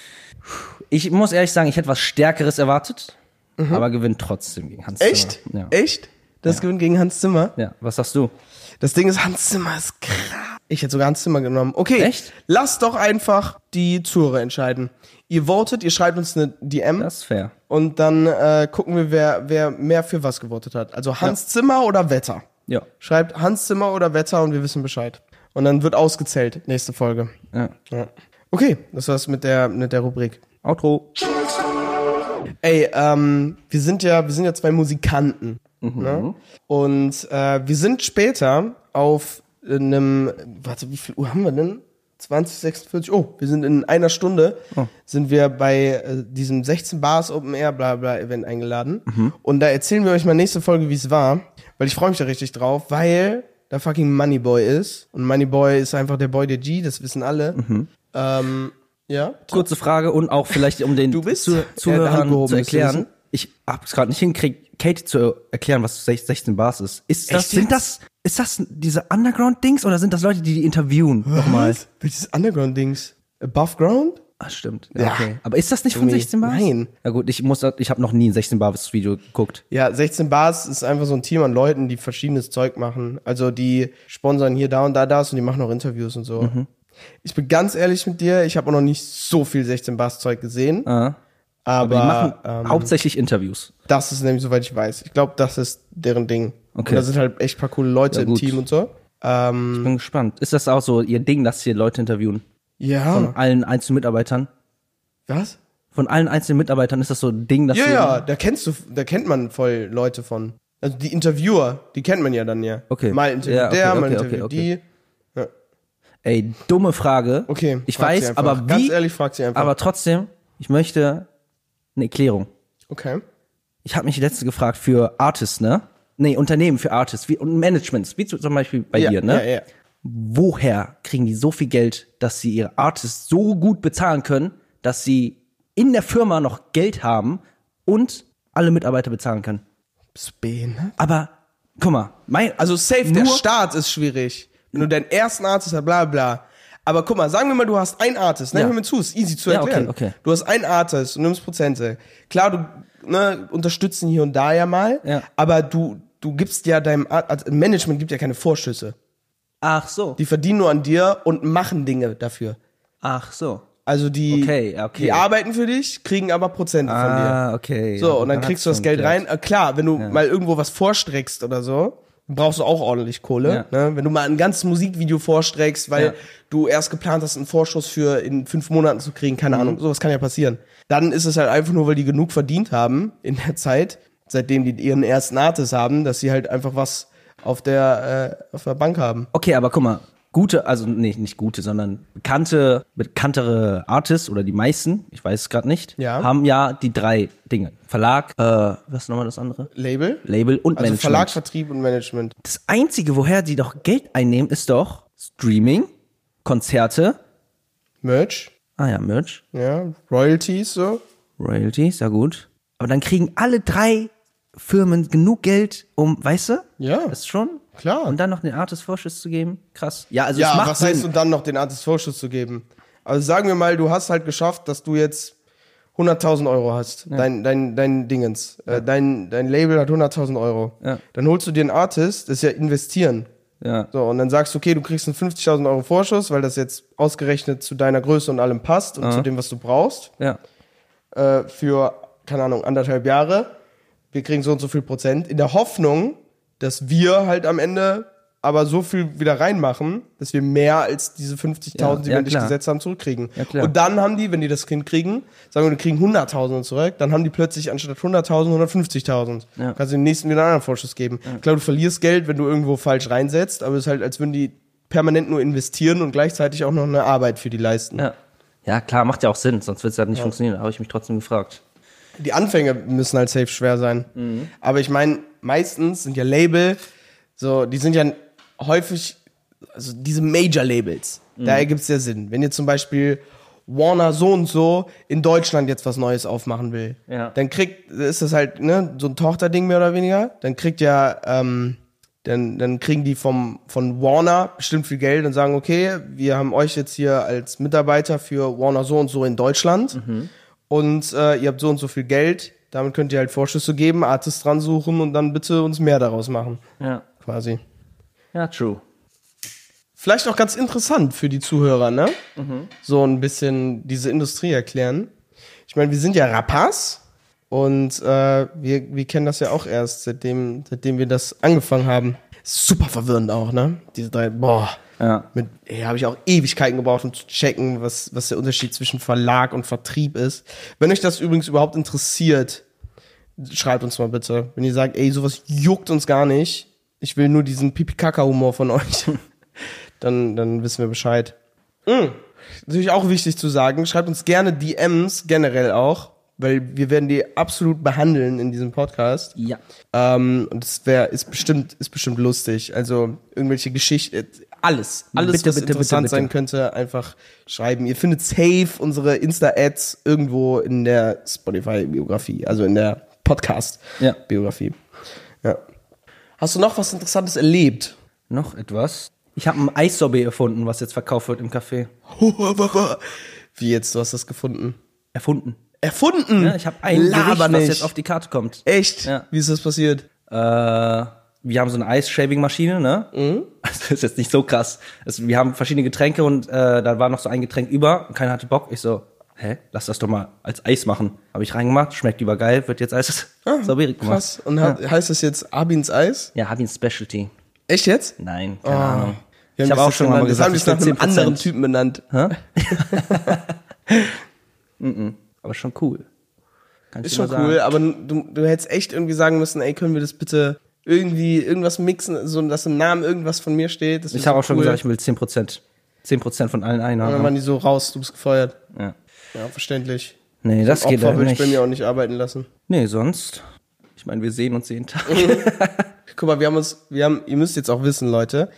Speaker 1: Ich muss ehrlich sagen, ich hätte was Stärkeres erwartet, aber gewinnt trotzdem gegen Hans
Speaker 2: Echt?
Speaker 1: Zimmer. Ja.
Speaker 2: Echt? Das gewinnt gegen Hans Zimmer.
Speaker 1: Ja, was sagst du?
Speaker 2: Das Ding ist, Hans Zimmer ist krass. Ich hätte sogar Hans Zimmer genommen. Okay,
Speaker 1: Echt?
Speaker 2: lasst doch einfach die Zuhörer entscheiden. Ihr votet, ihr schreibt uns eine DM
Speaker 1: Das ist fair.
Speaker 2: und dann äh, gucken wir, wer, wer mehr für was gewotet hat. Also Hans Zimmer oder Wetter?
Speaker 1: Ja.
Speaker 2: Schreibt Hans Zimmer oder Wetter und wir wissen Bescheid. Und dann wird ausgezählt, nächste Folge.
Speaker 1: ja.
Speaker 2: Ja. Okay, das war's mit der, mit der Rubrik.
Speaker 1: Outro.
Speaker 2: Ey, ähm, wir sind ja, wir sind ja zwei Musikanten. Ne? Und äh, wir sind später auf einem, warte, wie viel Uhr haben wir denn? 2046, oh, wir sind in einer Stunde, sind wir bei äh, diesem 16 Bars Open Air bla bla Event eingeladen. Und da erzählen wir euch mal nächste Folge, wie es war, weil ich freue mich da richtig drauf, weil da fucking Moneyboy ist. Und Moneyboy ist einfach der Boy der G, das wissen alle. Ähm, ja.
Speaker 1: Kurze Frage und auch vielleicht, um den
Speaker 2: Du bist?
Speaker 1: Zuh-
Speaker 2: Ja, Hand
Speaker 1: Zuhörern
Speaker 2: gehoben,
Speaker 1: zu
Speaker 2: müssen
Speaker 1: erklären. Ich hab's gerade nicht hinkriegt, Kate zu erklären, was 16 Bars ist. Ist das,
Speaker 2: Echt
Speaker 1: sind
Speaker 2: jetzt?
Speaker 1: das, ist das diese Underground-Dings oder sind das Leute, die die interviewen? Nochmal.
Speaker 2: Was? Welches Underground-Dings? Above Ground?
Speaker 1: Ah, stimmt.
Speaker 2: Ja.
Speaker 1: Ja, okay. Aber ist das nicht von
Speaker 2: Irgendwie.
Speaker 1: 16 Bars?
Speaker 2: Nein.
Speaker 1: Ja gut, ich muss, ich habe noch nie ein 16 Bars Video geguckt.
Speaker 2: Ja, 16 Bars ist einfach so ein Team an Leuten, die verschiedenes Zeug machen. Also die sponsern hier da und da das und die machen auch Interviews und so.
Speaker 1: Mhm.
Speaker 2: Ich bin ganz ehrlich mit dir, ich habe auch noch nicht so viel 16 Bars Zeug gesehen.
Speaker 1: Ah. Aber,
Speaker 2: Aber, ähm,
Speaker 1: die machen hauptsächlich Interviews.
Speaker 2: das ist nämlich, soweit ich weiß. Ich glaube, das ist deren Ding.
Speaker 1: Okay.
Speaker 2: Und da sind halt echt paar coole Leute
Speaker 1: Ja,
Speaker 2: im
Speaker 1: gut.
Speaker 2: Team und so. Ähm,
Speaker 1: Ich bin gespannt. Ist das auch so ihr Ding, dass hier Leute interviewen?
Speaker 2: ja.
Speaker 1: Von allen einzelnen Mitarbeitern?
Speaker 2: Was?
Speaker 1: Von allen einzelnen Mitarbeitern ist das so ein Ding, dass
Speaker 2: Ja,
Speaker 1: du,
Speaker 2: ja, da kennst du, da kennt man voll Leute von. Also die Interviewer, die kennt man ja dann ja.
Speaker 1: Okay.
Speaker 2: Mal interviewt
Speaker 1: Ja, okay,
Speaker 2: der, mal
Speaker 1: okay,
Speaker 2: interviewt
Speaker 1: okay,
Speaker 2: die.
Speaker 1: Ey, dumme Frage.
Speaker 2: Okay.
Speaker 1: Ich
Speaker 2: frag sie
Speaker 1: weiß,
Speaker 2: einfach.
Speaker 1: aber wie?
Speaker 2: Ganz ehrlich, frag sie einfach.
Speaker 1: aber trotzdem, ich möchte eine Erklärung.
Speaker 2: okay.
Speaker 1: Ich habe mich letztens gefragt für Artists, ne? Nee, Unternehmen für Artists wie, und Managements, wie zu- zum Beispiel bei
Speaker 2: Ja,
Speaker 1: dir, ne?
Speaker 2: ja, ja.
Speaker 1: Woher kriegen die so viel Geld, dass sie ihre Artists so gut bezahlen können, dass sie in der Firma noch Geld haben und alle Mitarbeiter bezahlen können?
Speaker 2: Bist du behindert?
Speaker 1: Aber guck mal, mein,
Speaker 2: Also safe, der
Speaker 1: Nur-
Speaker 2: Start ist schwierig. Wenn du deinen ersten Artist hast, bla bla. Aber guck mal, sagen wir mal, du hast einen Artist. Nehmen
Speaker 1: Ja.
Speaker 2: wir mir zu, ist easy zu
Speaker 1: Ja, okay,
Speaker 2: erklären.
Speaker 1: okay.
Speaker 2: Du hast einen Artist und nimmst Prozente. Klar, du ne, unterstützen hier und da ja mal,
Speaker 1: Ja.
Speaker 2: aber du, du du gibst ja deinem Ar- also Management gibt ja keine Vorschüsse.
Speaker 1: Ach so.
Speaker 2: Die verdienen nur an dir und machen Dinge dafür.
Speaker 1: Ach so.
Speaker 2: Also die,
Speaker 1: Okay, okay.
Speaker 2: die arbeiten für dich, kriegen aber Prozente von dir.
Speaker 1: Ah, okay.
Speaker 2: So, und dann kriegst du das Geld rein. Äh, klar, wenn du mal irgendwo was vorstreckst oder so, brauchst du auch ordentlich Kohle. Ne? Wenn du mal ein ganzes Musikvideo vorstreckst, weil
Speaker 1: Ja.
Speaker 2: du erst geplant hast, einen Vorschuss für in fünf Monaten zu kriegen,
Speaker 1: Mhm.
Speaker 2: keine Ahnung, sowas kann ja passieren. Dann ist es halt einfach nur, weil die genug verdient haben in der Zeit, seitdem die ihren ersten Artist haben, dass sie halt einfach was auf der, äh, auf der Bank haben.
Speaker 1: Okay, aber guck mal, gute, also nee, nicht gute, sondern bekannte, bekanntere Artists oder die meisten, ich weiß es gerade nicht,
Speaker 2: Ja.
Speaker 1: haben ja die drei Dinge. Verlag, äh, was ist nochmal das andere?
Speaker 2: Label?
Speaker 1: Label und
Speaker 2: Also
Speaker 1: Management.
Speaker 2: Verlag, Vertrieb und Management.
Speaker 1: Das Einzige, woher die doch Geld einnehmen, ist doch Streaming, Konzerte,
Speaker 2: Merch,
Speaker 1: ah ja, Merch,
Speaker 2: ja, Royalties, so.
Speaker 1: Royalties, ja gut. Aber dann kriegen alle drei Firmen genug Geld, um, weißt du?
Speaker 2: Ja.
Speaker 1: Das schon?
Speaker 2: Klar.
Speaker 1: Und dann noch den Artist-Vorschuss zu geben? Krass. Ja, also es
Speaker 2: Ja,
Speaker 1: macht
Speaker 2: was
Speaker 1: Sinn.
Speaker 2: heißt und dann noch den Artist Vorschuss zu geben? Also sagen wir mal, du hast halt geschafft, dass du jetzt 100.000 Euro hast, dein, dein, dein Dingens, äh, dein, dein Label hat 100.000 Euro.
Speaker 1: Ja.
Speaker 2: Dann holst du dir einen Artist, das ist ja investieren.
Speaker 1: Ja.
Speaker 2: So, und dann sagst du, okay, du kriegst einen 50.000 Euro Vorschuss, weil das jetzt ausgerechnet zu deiner Größe und allem passt und zu dem, was du brauchst,
Speaker 1: ja.
Speaker 2: äh, für, keine Ahnung, anderthalb Jahre. Wir kriegen so und so viel Prozent, in der Hoffnung, dass wir halt am Ende aber so viel wieder reinmachen, dass wir mehr als diese 50.000,
Speaker 1: Ja,
Speaker 2: die
Speaker 1: ja,
Speaker 2: wir nicht
Speaker 1: klar.
Speaker 2: gesetzt haben, zurückkriegen.
Speaker 1: Ja, klar.
Speaker 2: und dann haben die, wenn die das Kind kriegen, sagen wir, die kriegen 100.000 zurück, dann haben die plötzlich anstatt 100.000 150.000.
Speaker 1: Ja.
Speaker 2: Kannst du dem nächsten wieder einen anderen Vorschuss geben. Klar, du verlierst Geld, wenn du irgendwo falsch reinsetzt, aber es ist halt, als würden die permanent nur investieren und gleichzeitig auch noch eine Arbeit für die leisten.
Speaker 1: Ja. Ja, klar, macht ja auch Sinn, sonst wird es halt nicht funktionieren. Habe ich mich trotzdem gefragt.
Speaker 2: die Anfänge müssen halt safe schwer sein. Aber ich meine, meistens sind ja Label, so, die sind ja häufig, also diese Major-Labels, da ergibt es ja Sinn. Wenn ihr zum Beispiel Warner so und so in Deutschland jetzt was Neues aufmachen will,
Speaker 1: Ja.
Speaker 2: dann kriegt, ist das halt, ne, so ein Tochterding mehr oder weniger, dann kriegt ja, ähm, dann, dann kriegen die vom, von Warner bestimmt viel Geld und sagen, okay, wir haben euch jetzt hier als Mitarbeiter für Warner so und so in Deutschland und äh, ihr habt so und so viel Geld, damit könnt ihr halt Vorschüsse geben, Artists dran suchen und dann bitte uns mehr daraus machen,
Speaker 1: Ja.
Speaker 2: quasi.
Speaker 1: Ja, true.
Speaker 2: Vielleicht auch ganz interessant für die Zuhörer, ne? So ein bisschen diese Industrie erklären. Ich meine, wir sind ja Rapaz und äh, wir, wir kennen das ja auch erst, seitdem, seitdem wir das angefangen haben. Super verwirrend auch, ne? Diese drei, boah.
Speaker 1: Ja.
Speaker 2: Mit, ey, habe ich auch Ewigkeiten gebraucht, um zu checken, was, was der Unterschied zwischen Verlag und Vertrieb ist. Wenn euch das übrigens überhaupt interessiert, schreibt uns mal bitte. Wenn ihr sagt, ey, sowas juckt uns gar nicht, ich will nur diesen Pipi-Kaka-Humor von euch, dann, dann wissen wir Bescheid. Mm. Natürlich auch wichtig zu sagen, schreibt uns gerne DMs, generell auch, weil wir werden die absolut behandeln in diesem Podcast.
Speaker 1: Ja.
Speaker 2: Ähm, und es wäre, ist bestimmt, ist bestimmt lustig. Also irgendwelche Geschichten, alles, alles,
Speaker 1: Bitte,
Speaker 2: was
Speaker 1: bitte,
Speaker 2: interessant
Speaker 1: bitte, bitte.
Speaker 2: sein könnte, einfach schreiben. Ihr findet safe unsere Insta-Ads irgendwo in der Spotify-Biografie, also in der
Speaker 1: Ja.
Speaker 2: Podcast-Biografie. Ja. Hast du noch was Interessantes erlebt?
Speaker 1: Noch etwas? Ich habe ein Eissorbet erfunden, was jetzt verkauft wird im Café.
Speaker 2: Wie jetzt? Du hast das gefunden?
Speaker 1: Erfunden.
Speaker 2: Erfunden?
Speaker 1: Ja, ich habe ein
Speaker 2: Laber
Speaker 1: Gericht, was
Speaker 2: nicht.
Speaker 1: jetzt auf die Karte kommt.
Speaker 2: Echt?
Speaker 1: Ja.
Speaker 2: Wie ist das passiert?
Speaker 1: Äh, wir haben so eine Eisshaving-Maschine, ne?
Speaker 2: Mhm.
Speaker 1: Also, Das ist jetzt nicht so krass. Also, wir haben verschiedene Getränke und äh, da war noch so ein Getränk über. Keiner hatte Bock. Ich so, hä, lass das doch mal als Eis machen. Habe ich reingemacht, schmeckt übergeil, wird jetzt Eis. Ah, Sorbet gemacht.
Speaker 2: Krass. Und hat, heißt das jetzt Abins Eis?
Speaker 1: Ja, hab ich ein Specialty.
Speaker 2: Echt jetzt?
Speaker 1: Nein, keine Ahnung.
Speaker 2: Wir
Speaker 1: Ich
Speaker 2: haben
Speaker 1: habe
Speaker 2: Ah.
Speaker 1: auch
Speaker 2: das
Speaker 1: schon
Speaker 2: jetzt
Speaker 1: mal
Speaker 2: genannt.
Speaker 1: gesagt,
Speaker 2: das haben die
Speaker 1: ich
Speaker 2: es nach einem
Speaker 1: will
Speaker 2: anderen
Speaker 1: 10%.
Speaker 2: Typen benannt.
Speaker 1: Aber schon cool. Kann ich
Speaker 2: Ist
Speaker 1: dir
Speaker 2: schon
Speaker 1: mal sagen.
Speaker 2: cool, aber du, du hättest echt irgendwie sagen müssen, ey, können wir das bitte irgendwie irgendwas mixen, so dass im Namen irgendwas von mir steht. Das
Speaker 1: Ich habe auch schon gesagt, ich will 10%. 10% von allen
Speaker 2: Und dann waren
Speaker 1: Einnahmen.
Speaker 2: die so raus, du bist gefeuert.
Speaker 1: Ja.
Speaker 2: Ja, verständlich.
Speaker 1: Nee, das geht
Speaker 2: Opfer
Speaker 1: halt
Speaker 2: würde ich
Speaker 1: nicht.
Speaker 2: bei mir auch nicht arbeiten lassen.
Speaker 1: Nee, sonst. Ich meine, wir sehen uns jeden Tag.
Speaker 2: Guck mal, wir haben uns, wir haben, ihr müsst jetzt auch wissen, Leute,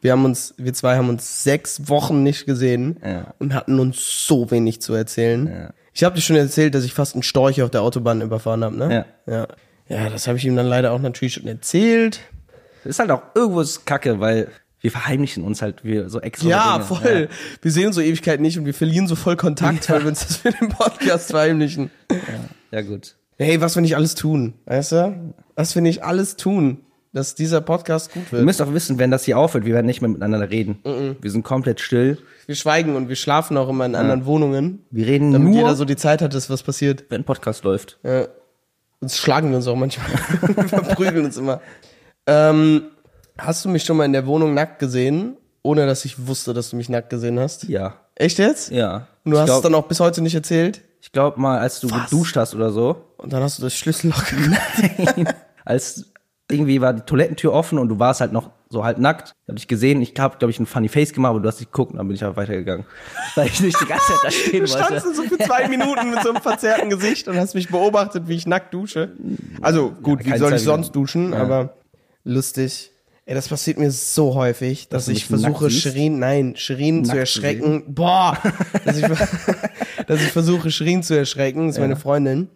Speaker 2: wir haben uns, wir zwei haben uns sechs Wochen nicht gesehen
Speaker 1: Ja.
Speaker 2: und hatten uns so wenig zu erzählen. Ich habe dir schon erzählt, dass ich fast einen Storch auf der Autobahn überfahren habe, ne? Ja. Ja, ja das habe ich ihm dann leider auch natürlich schon erzählt.
Speaker 1: Das ist halt auch irgendwo ist kacke, weil wir verheimlichen uns halt wir so extra.
Speaker 2: Ja,
Speaker 1: Dinge.
Speaker 2: voll. Wir sehen uns so Ewigkeit nicht und wir verlieren so voll Kontakt, weil wir uns das für den Podcast verheimlichen.
Speaker 1: Ja, ja gut.
Speaker 2: Hey, was wir nicht alles tun, weißt du? Was wir nicht alles tun. dass dieser Podcast gut
Speaker 1: Ihr
Speaker 2: wird.
Speaker 1: müsst auch wissen, wenn das hier aufhört, wir werden nicht mehr miteinander reden. Wir sind komplett still.
Speaker 2: Wir schweigen und wir schlafen auch immer in anderen Wohnungen,
Speaker 1: Wir reden
Speaker 2: damit
Speaker 1: nur,
Speaker 2: jeder so die Zeit hat, dass was passiert.
Speaker 1: wenn Podcast läuft.
Speaker 2: Uns schlagen wir uns auch manchmal. wir verprügeln uns immer. Ähm, hast du mich schon mal in der Wohnung nackt gesehen, ohne dass ich wusste, dass du mich nackt gesehen hast?
Speaker 1: Ja.
Speaker 2: Echt jetzt?
Speaker 1: Ja.
Speaker 2: Und du
Speaker 1: ich
Speaker 2: hast
Speaker 1: glaub,
Speaker 2: es dann auch bis heute nicht erzählt?
Speaker 1: Ich glaube mal, als du geduscht hast oder so,
Speaker 2: Und dann hast du das Schlüsselloch gemacht.
Speaker 1: als irgendwie war die Toilettentür offen und du warst halt noch so halb nackt. Hab dich gesehen, ich hab, glaube ich, einen funny Face gemacht, aber du hast dich geguckt und dann bin ich einfach weitergegangen. Weil ich nicht die ganze Zeit da stehen
Speaker 2: Standst
Speaker 1: wollte.
Speaker 2: du so für zwei Minuten mit so einem verzerrten Gesicht und hast mich beobachtet, wie ich nackt dusche. Also gut,
Speaker 1: keine
Speaker 2: wie soll
Speaker 1: Zeit
Speaker 2: ich
Speaker 1: wieder.
Speaker 2: sonst duschen? Aber lustig. Ey, das passiert mir so häufig, dass,
Speaker 1: du
Speaker 2: ich
Speaker 1: mich nackt
Speaker 2: versuche,
Speaker 1: siehst?
Speaker 2: Shirin, nein, Shirin zu
Speaker 1: zu
Speaker 2: erschrecken. Boah! dass, ich, dass ich versuche, Shirin zu erschrecken, ist meine Freundin.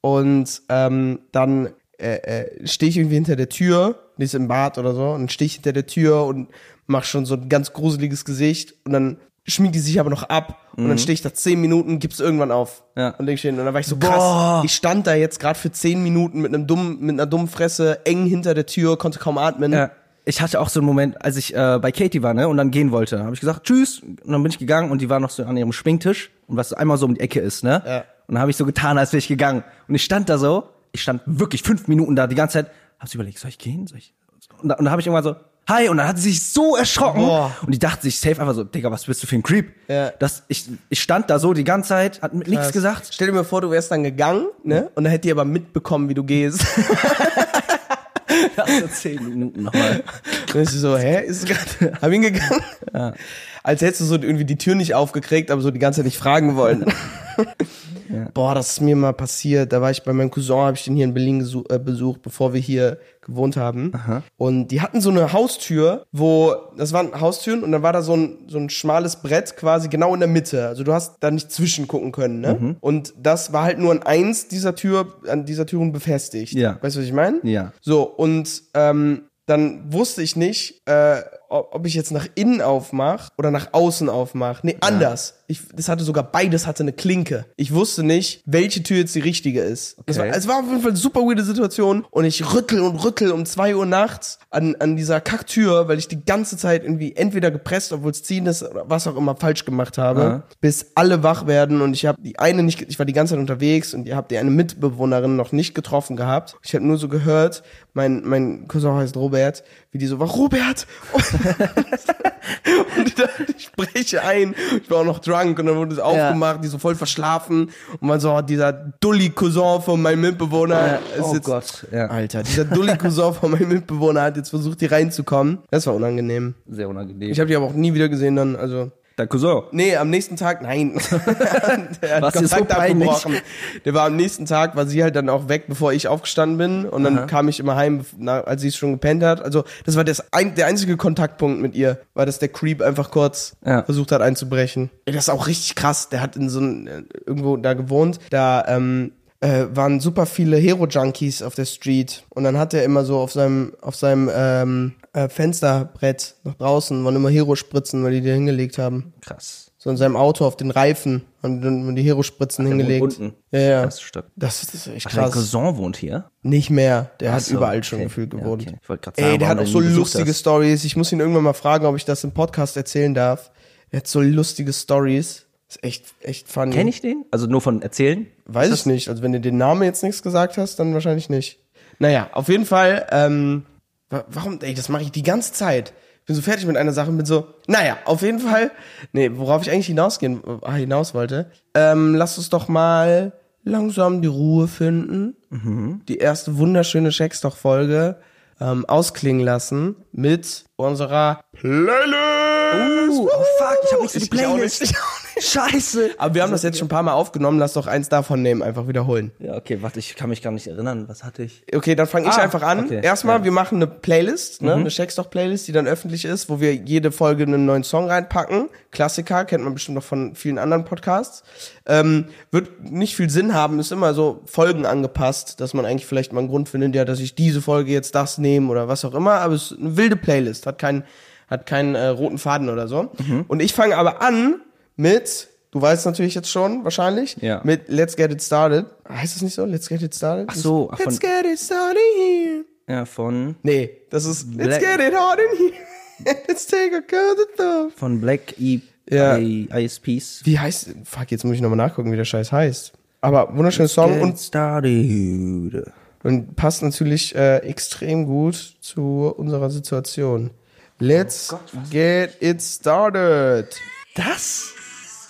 Speaker 2: Und ähm, dann äh, äh, stehe ich irgendwie hinter der Tür, die ist im Bad oder so, und stehe ich hinter der Tür und mach schon so ein ganz gruseliges Gesicht und dann schmiegt die sich aber noch ab und dann stehe ich da zehn Minuten, gib's irgendwann auf.
Speaker 1: Mhm. Ja.
Speaker 2: Und leg ich hin. Und dann war ich so krass. Ich stand da jetzt gerade für zehn Minuten mit einem dummen, mit einer dummen Fresse, eng hinter der Tür, konnte kaum atmen.
Speaker 1: Ja. Äh, Ich hatte auch so einen Moment, als ich äh, bei Katie war, ne, und dann gehen wollte, habe ich gesagt, tschüss, und dann bin ich gegangen und die war noch so an ihrem Schminktisch und was einmal so um die Ecke ist, ne?
Speaker 2: Ja.
Speaker 1: Und dann habe ich so getan, als wäre ich gegangen. Und ich stand da so, ich stand wirklich fünf Minuten da die ganze Zeit, hab's überlegt, soll ich gehen? Soll ich? Und da, und da habe ich irgendwann so, hi, und dann hat sie sich so erschrocken.
Speaker 2: Boah.
Speaker 1: Und die dachte sich safe einfach so, Digga, was bist du für ein Creep?
Speaker 2: Ja.
Speaker 1: Das, ich, ich stand da so die ganze Zeit, hat nichts gesagt.
Speaker 2: Stell dir mal vor, du wärst dann gegangen,
Speaker 1: Mhm.
Speaker 2: ne? Und dann hätte die aber mitbekommen, wie du gehst.
Speaker 1: So zehn Minuten nochmal.
Speaker 2: Und ich so, hä? Ist gerade. Hab ihn gegangen? Als hättest du so irgendwie die Tür nicht aufgekriegt, aber so die ganze Zeit nicht fragen wollen. Boah, das ist mir mal passiert. Da war ich bei meinem Cousin, habe ich den hier in Berlin gesu- äh, besucht, bevor wir hier gewohnt haben. Und die hatten so eine Haustür, wo, das waren Haustüren und dann war da so ein, so ein schmales Brett quasi genau in der Mitte. Also du hast da nicht zwischengucken können, ne?
Speaker 1: Mhm.
Speaker 2: Und das war halt nur an eins dieser Tür, an dieser Türen befestigt.
Speaker 1: Ja.
Speaker 2: Weißt du, was ich meine?
Speaker 1: Ja.
Speaker 2: So, und ähm, dann wusste ich nicht, äh, o- ob ich jetzt nach innen aufmache oder nach außen aufmache. Nee, anders. Ich, das hatte sogar beides hatte eine Klinke. Ich wusste nicht, welche Tür jetzt die richtige ist. Das war,
Speaker 1: Okay.
Speaker 2: es war auf jeden Fall eine super weirde Situation und ich rüttel und rüttel um 2 Uhr nachts an, an dieser Kacktür, weil ich die ganze Zeit irgendwie entweder gepresst, obwohl es ziehen ist oder was auch immer falsch gemacht habe, bis alle wach werden und ich habe die eine nicht, ge- ich war die ganze Zeit unterwegs und ihr habt die eine Mitbewohnerin noch nicht getroffen gehabt. Ich habe nur so gehört, mein, mein Cousin heißt Robert, wie die so war, Robert! Und, und ich dachte, ich breche ein. Ich war auch noch drunk und dann wurde es aufgemacht, die so voll verschlafen und man so, oh, dieser Dulli-Cousin von meinem Mitbewohner ist
Speaker 1: oh
Speaker 2: jetzt
Speaker 1: Gott, ja.
Speaker 2: Alter, dieser Dulli-Cousin von meinem Mitbewohner hat jetzt versucht, hier reinzukommen. Das war unangenehm.
Speaker 1: Sehr unangenehm.
Speaker 2: Ich habe die aber auch nie wieder gesehen dann, also.
Speaker 1: Dein Cousin.
Speaker 2: Nee, am nächsten Tag, nein. Der hat
Speaker 1: Was ist so
Speaker 2: Kontakt
Speaker 1: peinlich?
Speaker 2: abgebrochen. Der war am nächsten Tag, war sie halt dann auch weg, bevor ich aufgestanden bin. Und dann kam ich immer heim, na, als sie es schon gepennt hat. Also, das war das ein, der einzige Kontaktpunkt mit ihr, war, dass der Creep einfach kurz
Speaker 1: Ja.
Speaker 2: versucht hat einzubrechen. Ey, Das ist auch richtig krass. Der hat in so einem, äh, irgendwo da gewohnt. Da, ähm, äh, waren super viele Hero-Junkies auf der Street. Und dann hat er immer so auf seinem, auf seinem ähm, äh, Fensterbrett nach draußen, waren immer Hero-Spritzen, weil die die hingelegt haben.
Speaker 1: Krass.
Speaker 2: So in seinem Auto auf den Reifen und dann die Herospritzen hingelegt.
Speaker 1: wohnt unten.
Speaker 2: Ja, ja.
Speaker 1: Krass, stark.
Speaker 2: Das, das ist echt
Speaker 1: Dein
Speaker 2: krass.
Speaker 1: Cousin wohnt hier.
Speaker 2: Nicht mehr. Der hat
Speaker 1: So,
Speaker 2: überall schon
Speaker 1: okay.
Speaker 2: gefühlt
Speaker 1: Ja,
Speaker 2: gewohnt.
Speaker 1: okay. Ich wollte gerade sagen,
Speaker 2: Ey, der
Speaker 1: warum
Speaker 2: hat auch
Speaker 1: du
Speaker 2: so
Speaker 1: ihn besucht
Speaker 2: lustige
Speaker 1: hast.
Speaker 2: Stories. Ich muss ihn irgendwann mal fragen, ob ich das im Podcast erzählen darf. Er hat so lustige Stories. Ist echt, echt funny.
Speaker 1: Kenn ich den? Also nur von Erzählen?
Speaker 2: Weiß ich nicht. Also wenn du den Namen jetzt nichts gesagt hast, dann wahrscheinlich nicht. Naja, auf jeden Fall, ähm, wa- warum, ey, das mache ich die ganze Zeit. Ich bin so fertig mit einer Sache und bin so, naja, auf jeden Fall, nee, worauf ich eigentlich hinausgehen, äh, hinaus wollte, ähm, lass uns doch mal langsam die Ruhe finden, die erste wunderschöne Checkstock-Folge ähm, ausklingen lassen mit unserer Playlist.
Speaker 1: Oh, oh fuck, ich habe nichts für die
Speaker 2: Ich- ich auch
Speaker 1: Playlist.
Speaker 2: nicht, ich auch
Speaker 1: Scheiße.
Speaker 2: Aber wir haben das jetzt schon ein paar Mal aufgenommen, lass doch eins davon nehmen, einfach wiederholen.
Speaker 1: Ja, okay, warte, ich kann mich gar nicht erinnern. Was hatte ich?
Speaker 2: Okay, dann fange ich
Speaker 1: Ah,
Speaker 2: einfach an.
Speaker 1: okay, Mhm.
Speaker 2: Erstmal, wir machen eine Playlist, ne? eine Checkstock-Playlist, die dann öffentlich ist, wo wir jede Folge einen neuen Song reinpacken. Klassiker, kennt man bestimmt noch von vielen anderen Podcasts. Ähm, wird nicht viel Sinn haben, ist immer so Folgen angepasst, dass man eigentlich vielleicht mal einen Grund findet, ja, dass ich diese Folge jetzt das nehme oder was auch immer. Aber es ist eine wilde Playlist, hat keinen hat keinen äh, roten Faden oder so.
Speaker 1: Mhm.
Speaker 2: Und ich fange aber an mit, du weißt natürlich jetzt schon wahrscheinlich,
Speaker 1: Ja.
Speaker 2: mit Let's Get It Started. Heißt es nicht so? Let's Get It Started?
Speaker 1: Ach so, ach, von-
Speaker 2: Let's get it started here.
Speaker 1: Ja, von,
Speaker 2: Nee, das ist Let's
Speaker 1: Black-
Speaker 2: get it hard in here. Let's take a cut at the...
Speaker 1: von Black E.
Speaker 2: Ja.
Speaker 1: I, ISPs.
Speaker 2: Wie heißt... Fuck, jetzt muss ich nochmal nachgucken, wie der Scheiß heißt. Aber wunderschöner Song und
Speaker 1: started.
Speaker 2: Und passt natürlich äh, extrem gut zu unserer Situation. Let's get it started.
Speaker 1: Das?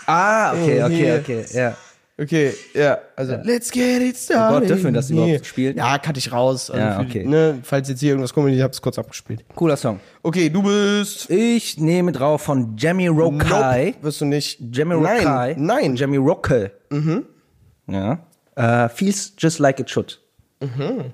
Speaker 1: Ah, okay, okay, okay, ja.
Speaker 2: Okay, ja, also let's get it started.
Speaker 1: Oh Gott, dürfen wir das überhaupt
Speaker 2: Yeah.
Speaker 1: spielen?
Speaker 2: Ja, kann ich raus. Also
Speaker 1: Ja,
Speaker 2: für-
Speaker 1: okay.
Speaker 2: ne, falls jetzt hier irgendwas kommt, ich hab's kurz abgespielt.
Speaker 1: Cooler Song.
Speaker 2: Okay, du bist.
Speaker 1: Ich nehme drauf von Jamie Rokai.
Speaker 2: Wirst du nicht.
Speaker 1: Jamie Rokai.
Speaker 2: nein, nein.
Speaker 1: Jamie Rokai. Mhm. Ja. Äh, feels just like it should. Mhm.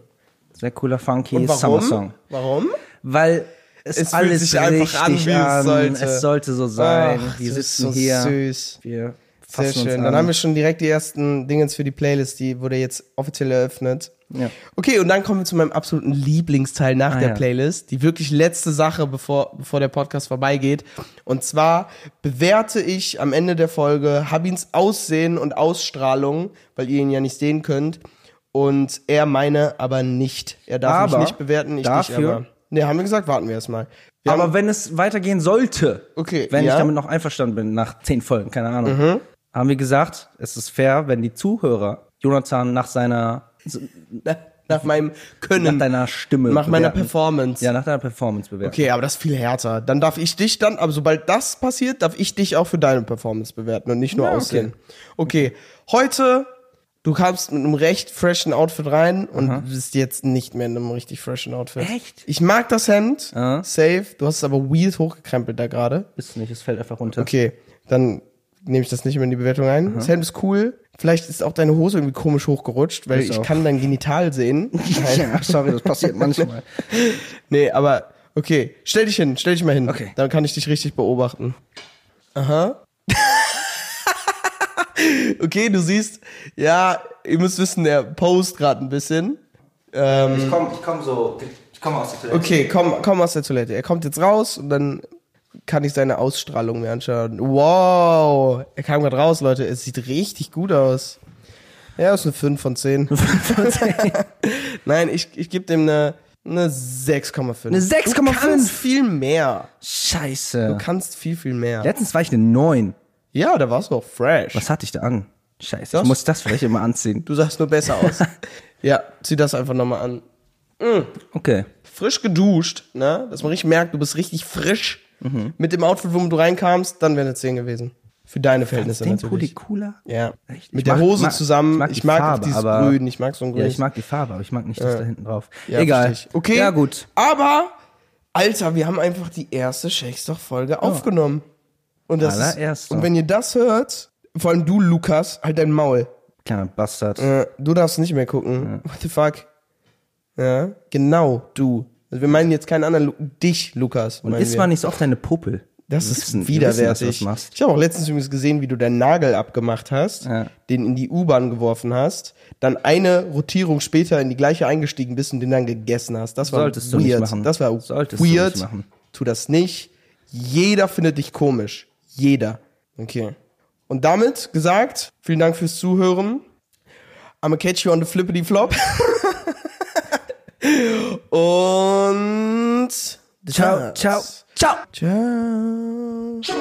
Speaker 1: Sehr cooler, funky Summer Song.
Speaker 2: Warum? Warum?
Speaker 1: Weil es,
Speaker 2: Es fühlt
Speaker 1: alles
Speaker 2: sich einfach an,
Speaker 1: richtig
Speaker 2: wie es sollte.
Speaker 1: Es sollte so sein.
Speaker 2: Ach,
Speaker 1: wir
Speaker 2: das ist
Speaker 1: sitzen
Speaker 2: so
Speaker 1: hier.
Speaker 2: Süß.
Speaker 1: Wir
Speaker 2: Sehr
Speaker 1: fassen uns
Speaker 2: schön.
Speaker 1: An.
Speaker 2: Dann haben wir schon direkt die ersten Dingens für die Playlist, die wurde jetzt offiziell eröffnet.
Speaker 1: Ja. Ah,
Speaker 2: Okay, und dann kommen wir zu meinem absoluten Lieblingsteil nach der
Speaker 1: ja.
Speaker 2: Playlist, die wirklich letzte Sache, bevor, bevor der Podcast vorbeigeht. Und zwar bewerte ich am Ende der Folge Habins Aussehen und Ausstrahlung, weil ihr ihn ja nicht sehen könnt. Und er meine aber nicht. Er darf
Speaker 1: Aber
Speaker 2: mich nicht bewerten, ich dich
Speaker 1: dafür-
Speaker 2: aber. Ne, haben wir gesagt, warten wir erstmal. Wir
Speaker 1: Aber
Speaker 2: haben,
Speaker 1: wenn es weitergehen sollte,
Speaker 2: Okay,
Speaker 1: wenn
Speaker 2: ja. Mhm.
Speaker 1: ich damit noch einverstanden bin, nach zehn Folgen, keine Ahnung, haben wir gesagt, es ist fair, wenn die Zuhörer Jonathan nach seiner,
Speaker 2: nach meinem
Speaker 1: nach
Speaker 2: Können, nach,
Speaker 1: deiner Stimme
Speaker 2: meiner
Speaker 1: bewerten.
Speaker 2: Performance.
Speaker 1: Ja, nach deiner Performance bewerten.
Speaker 2: Okay, aber das ist viel härter. Dann darf ich dich dann, aber sobald das passiert, darf ich dich auch für deine Performance bewerten und nicht nur
Speaker 1: Ja, okay.
Speaker 2: aussehen. Okay, heute, du kamst mit einem recht freshen Outfit rein und bist jetzt nicht mehr in einem richtig freshen Outfit.
Speaker 1: Echt?
Speaker 2: Ich mag das Hemd, safe. Du hast es aber weird hochgekrempelt da gerade.
Speaker 1: Ist nicht, es fällt einfach runter.
Speaker 2: Okay, dann nehme ich das nicht mehr in die Bewertung ein. Das Hemd ist cool. Vielleicht ist auch deine Hose irgendwie komisch hochgerutscht, weil
Speaker 1: Ist
Speaker 2: ich
Speaker 1: auch.
Speaker 2: kann dein Genital sehen.
Speaker 1: Ja, sorry, das passiert manchmal.
Speaker 2: Nee, aber okay, stell dich hin, stell dich mal hin.
Speaker 1: Okay.
Speaker 2: Dann kann ich dich richtig beobachten. Aha. okay, du siehst, ja, ihr müsst wissen, der post gerade ein bisschen. Ähm,
Speaker 1: komm, ich komm so, ich komme aus der Toilette.
Speaker 2: okay, komm, komm aus der Toilette. Er kommt jetzt raus und dann kann ich seine Ausstrahlung mir anschauen. Wow, er kam gerade raus, Leute. Es sieht richtig gut aus. Ja, ist eine 5 von 10. Nein, ich, ich gebe dem eine, eine 6,5.
Speaker 1: Eine 6,5?
Speaker 2: Du kannst viel mehr.
Speaker 1: Scheiße.
Speaker 2: Du kannst viel, viel mehr.
Speaker 1: Letztens war ich eine 9.
Speaker 2: Ja, da warst du auch fresh.
Speaker 1: Was hatte ich da an? Scheiße,
Speaker 2: Das?
Speaker 1: ich muss das vielleicht immer anziehen.
Speaker 2: Du sahst nur besser aus. ja, zieh das einfach nochmal an.
Speaker 1: Okay.
Speaker 2: Frisch geduscht, ne? Dass man richtig merkt, du bist richtig frisch.
Speaker 1: Mhm.
Speaker 2: Mit dem Outfit, womit du reinkamst, dann wäre eine 10 gewesen. Für deine Verhältnisse
Speaker 1: Den Pulli
Speaker 2: natürlich.
Speaker 1: cooler?
Speaker 2: Ja.
Speaker 1: Echt?
Speaker 2: Mit
Speaker 1: Ich
Speaker 2: der
Speaker 1: mag-
Speaker 2: Hose
Speaker 1: mag-
Speaker 2: zusammen. Ich mag,
Speaker 1: die
Speaker 2: auch
Speaker 1: Farbe,
Speaker 2: dieses
Speaker 1: aber-
Speaker 2: Grün. Ich mag so ein Grün.
Speaker 1: Ja, ich mag die Farbe, aber ich mag nicht das da hinten drauf.
Speaker 2: Ja,
Speaker 1: Egal.
Speaker 2: verstehe ich. Okay.
Speaker 1: Ja, gut.
Speaker 2: Aber, Alter, wir haben einfach die erste Shakespeare-Folge aufgenommen. Und das ist,
Speaker 1: Allererste.
Speaker 2: Und wenn ihr das hört, vor allem du, Lukas, halt dein Maul.
Speaker 1: Kleiner Bastard.
Speaker 2: Äh, du darfst nicht mehr gucken. What the fuck? Ja, genau, du. Also wir meinen jetzt keinen anderen, Lu dich, Lukas.
Speaker 1: Und
Speaker 2: meinen
Speaker 1: isst
Speaker 2: wir.
Speaker 1: mal nicht so oft deine Popel.
Speaker 2: Das
Speaker 1: Wir
Speaker 2: ist
Speaker 1: wissen- wir wissen, dass
Speaker 2: widerwärtig.
Speaker 1: du das machst.
Speaker 2: ich habe auch letztens übrigens gesehen, wie du deinen Nagel abgemacht hast,
Speaker 1: Ja.
Speaker 2: den in die U-Bahn geworfen hast, dann eine Rotierung später in die gleiche eingestiegen bist und den dann gegessen hast. Das war
Speaker 1: Solltest du
Speaker 2: weird.
Speaker 1: nicht machen.
Speaker 2: Das war
Speaker 1: Solltest du nicht
Speaker 2: weird.
Speaker 1: machen.
Speaker 2: Tu das nicht. Jeder findet dich komisch. Jeder. Okay. Und damit gesagt, vielen Dank fürs Zuhören. I'm catch you on the flippity flop. und
Speaker 1: Ciao, ciao, ciao.
Speaker 2: Ciao.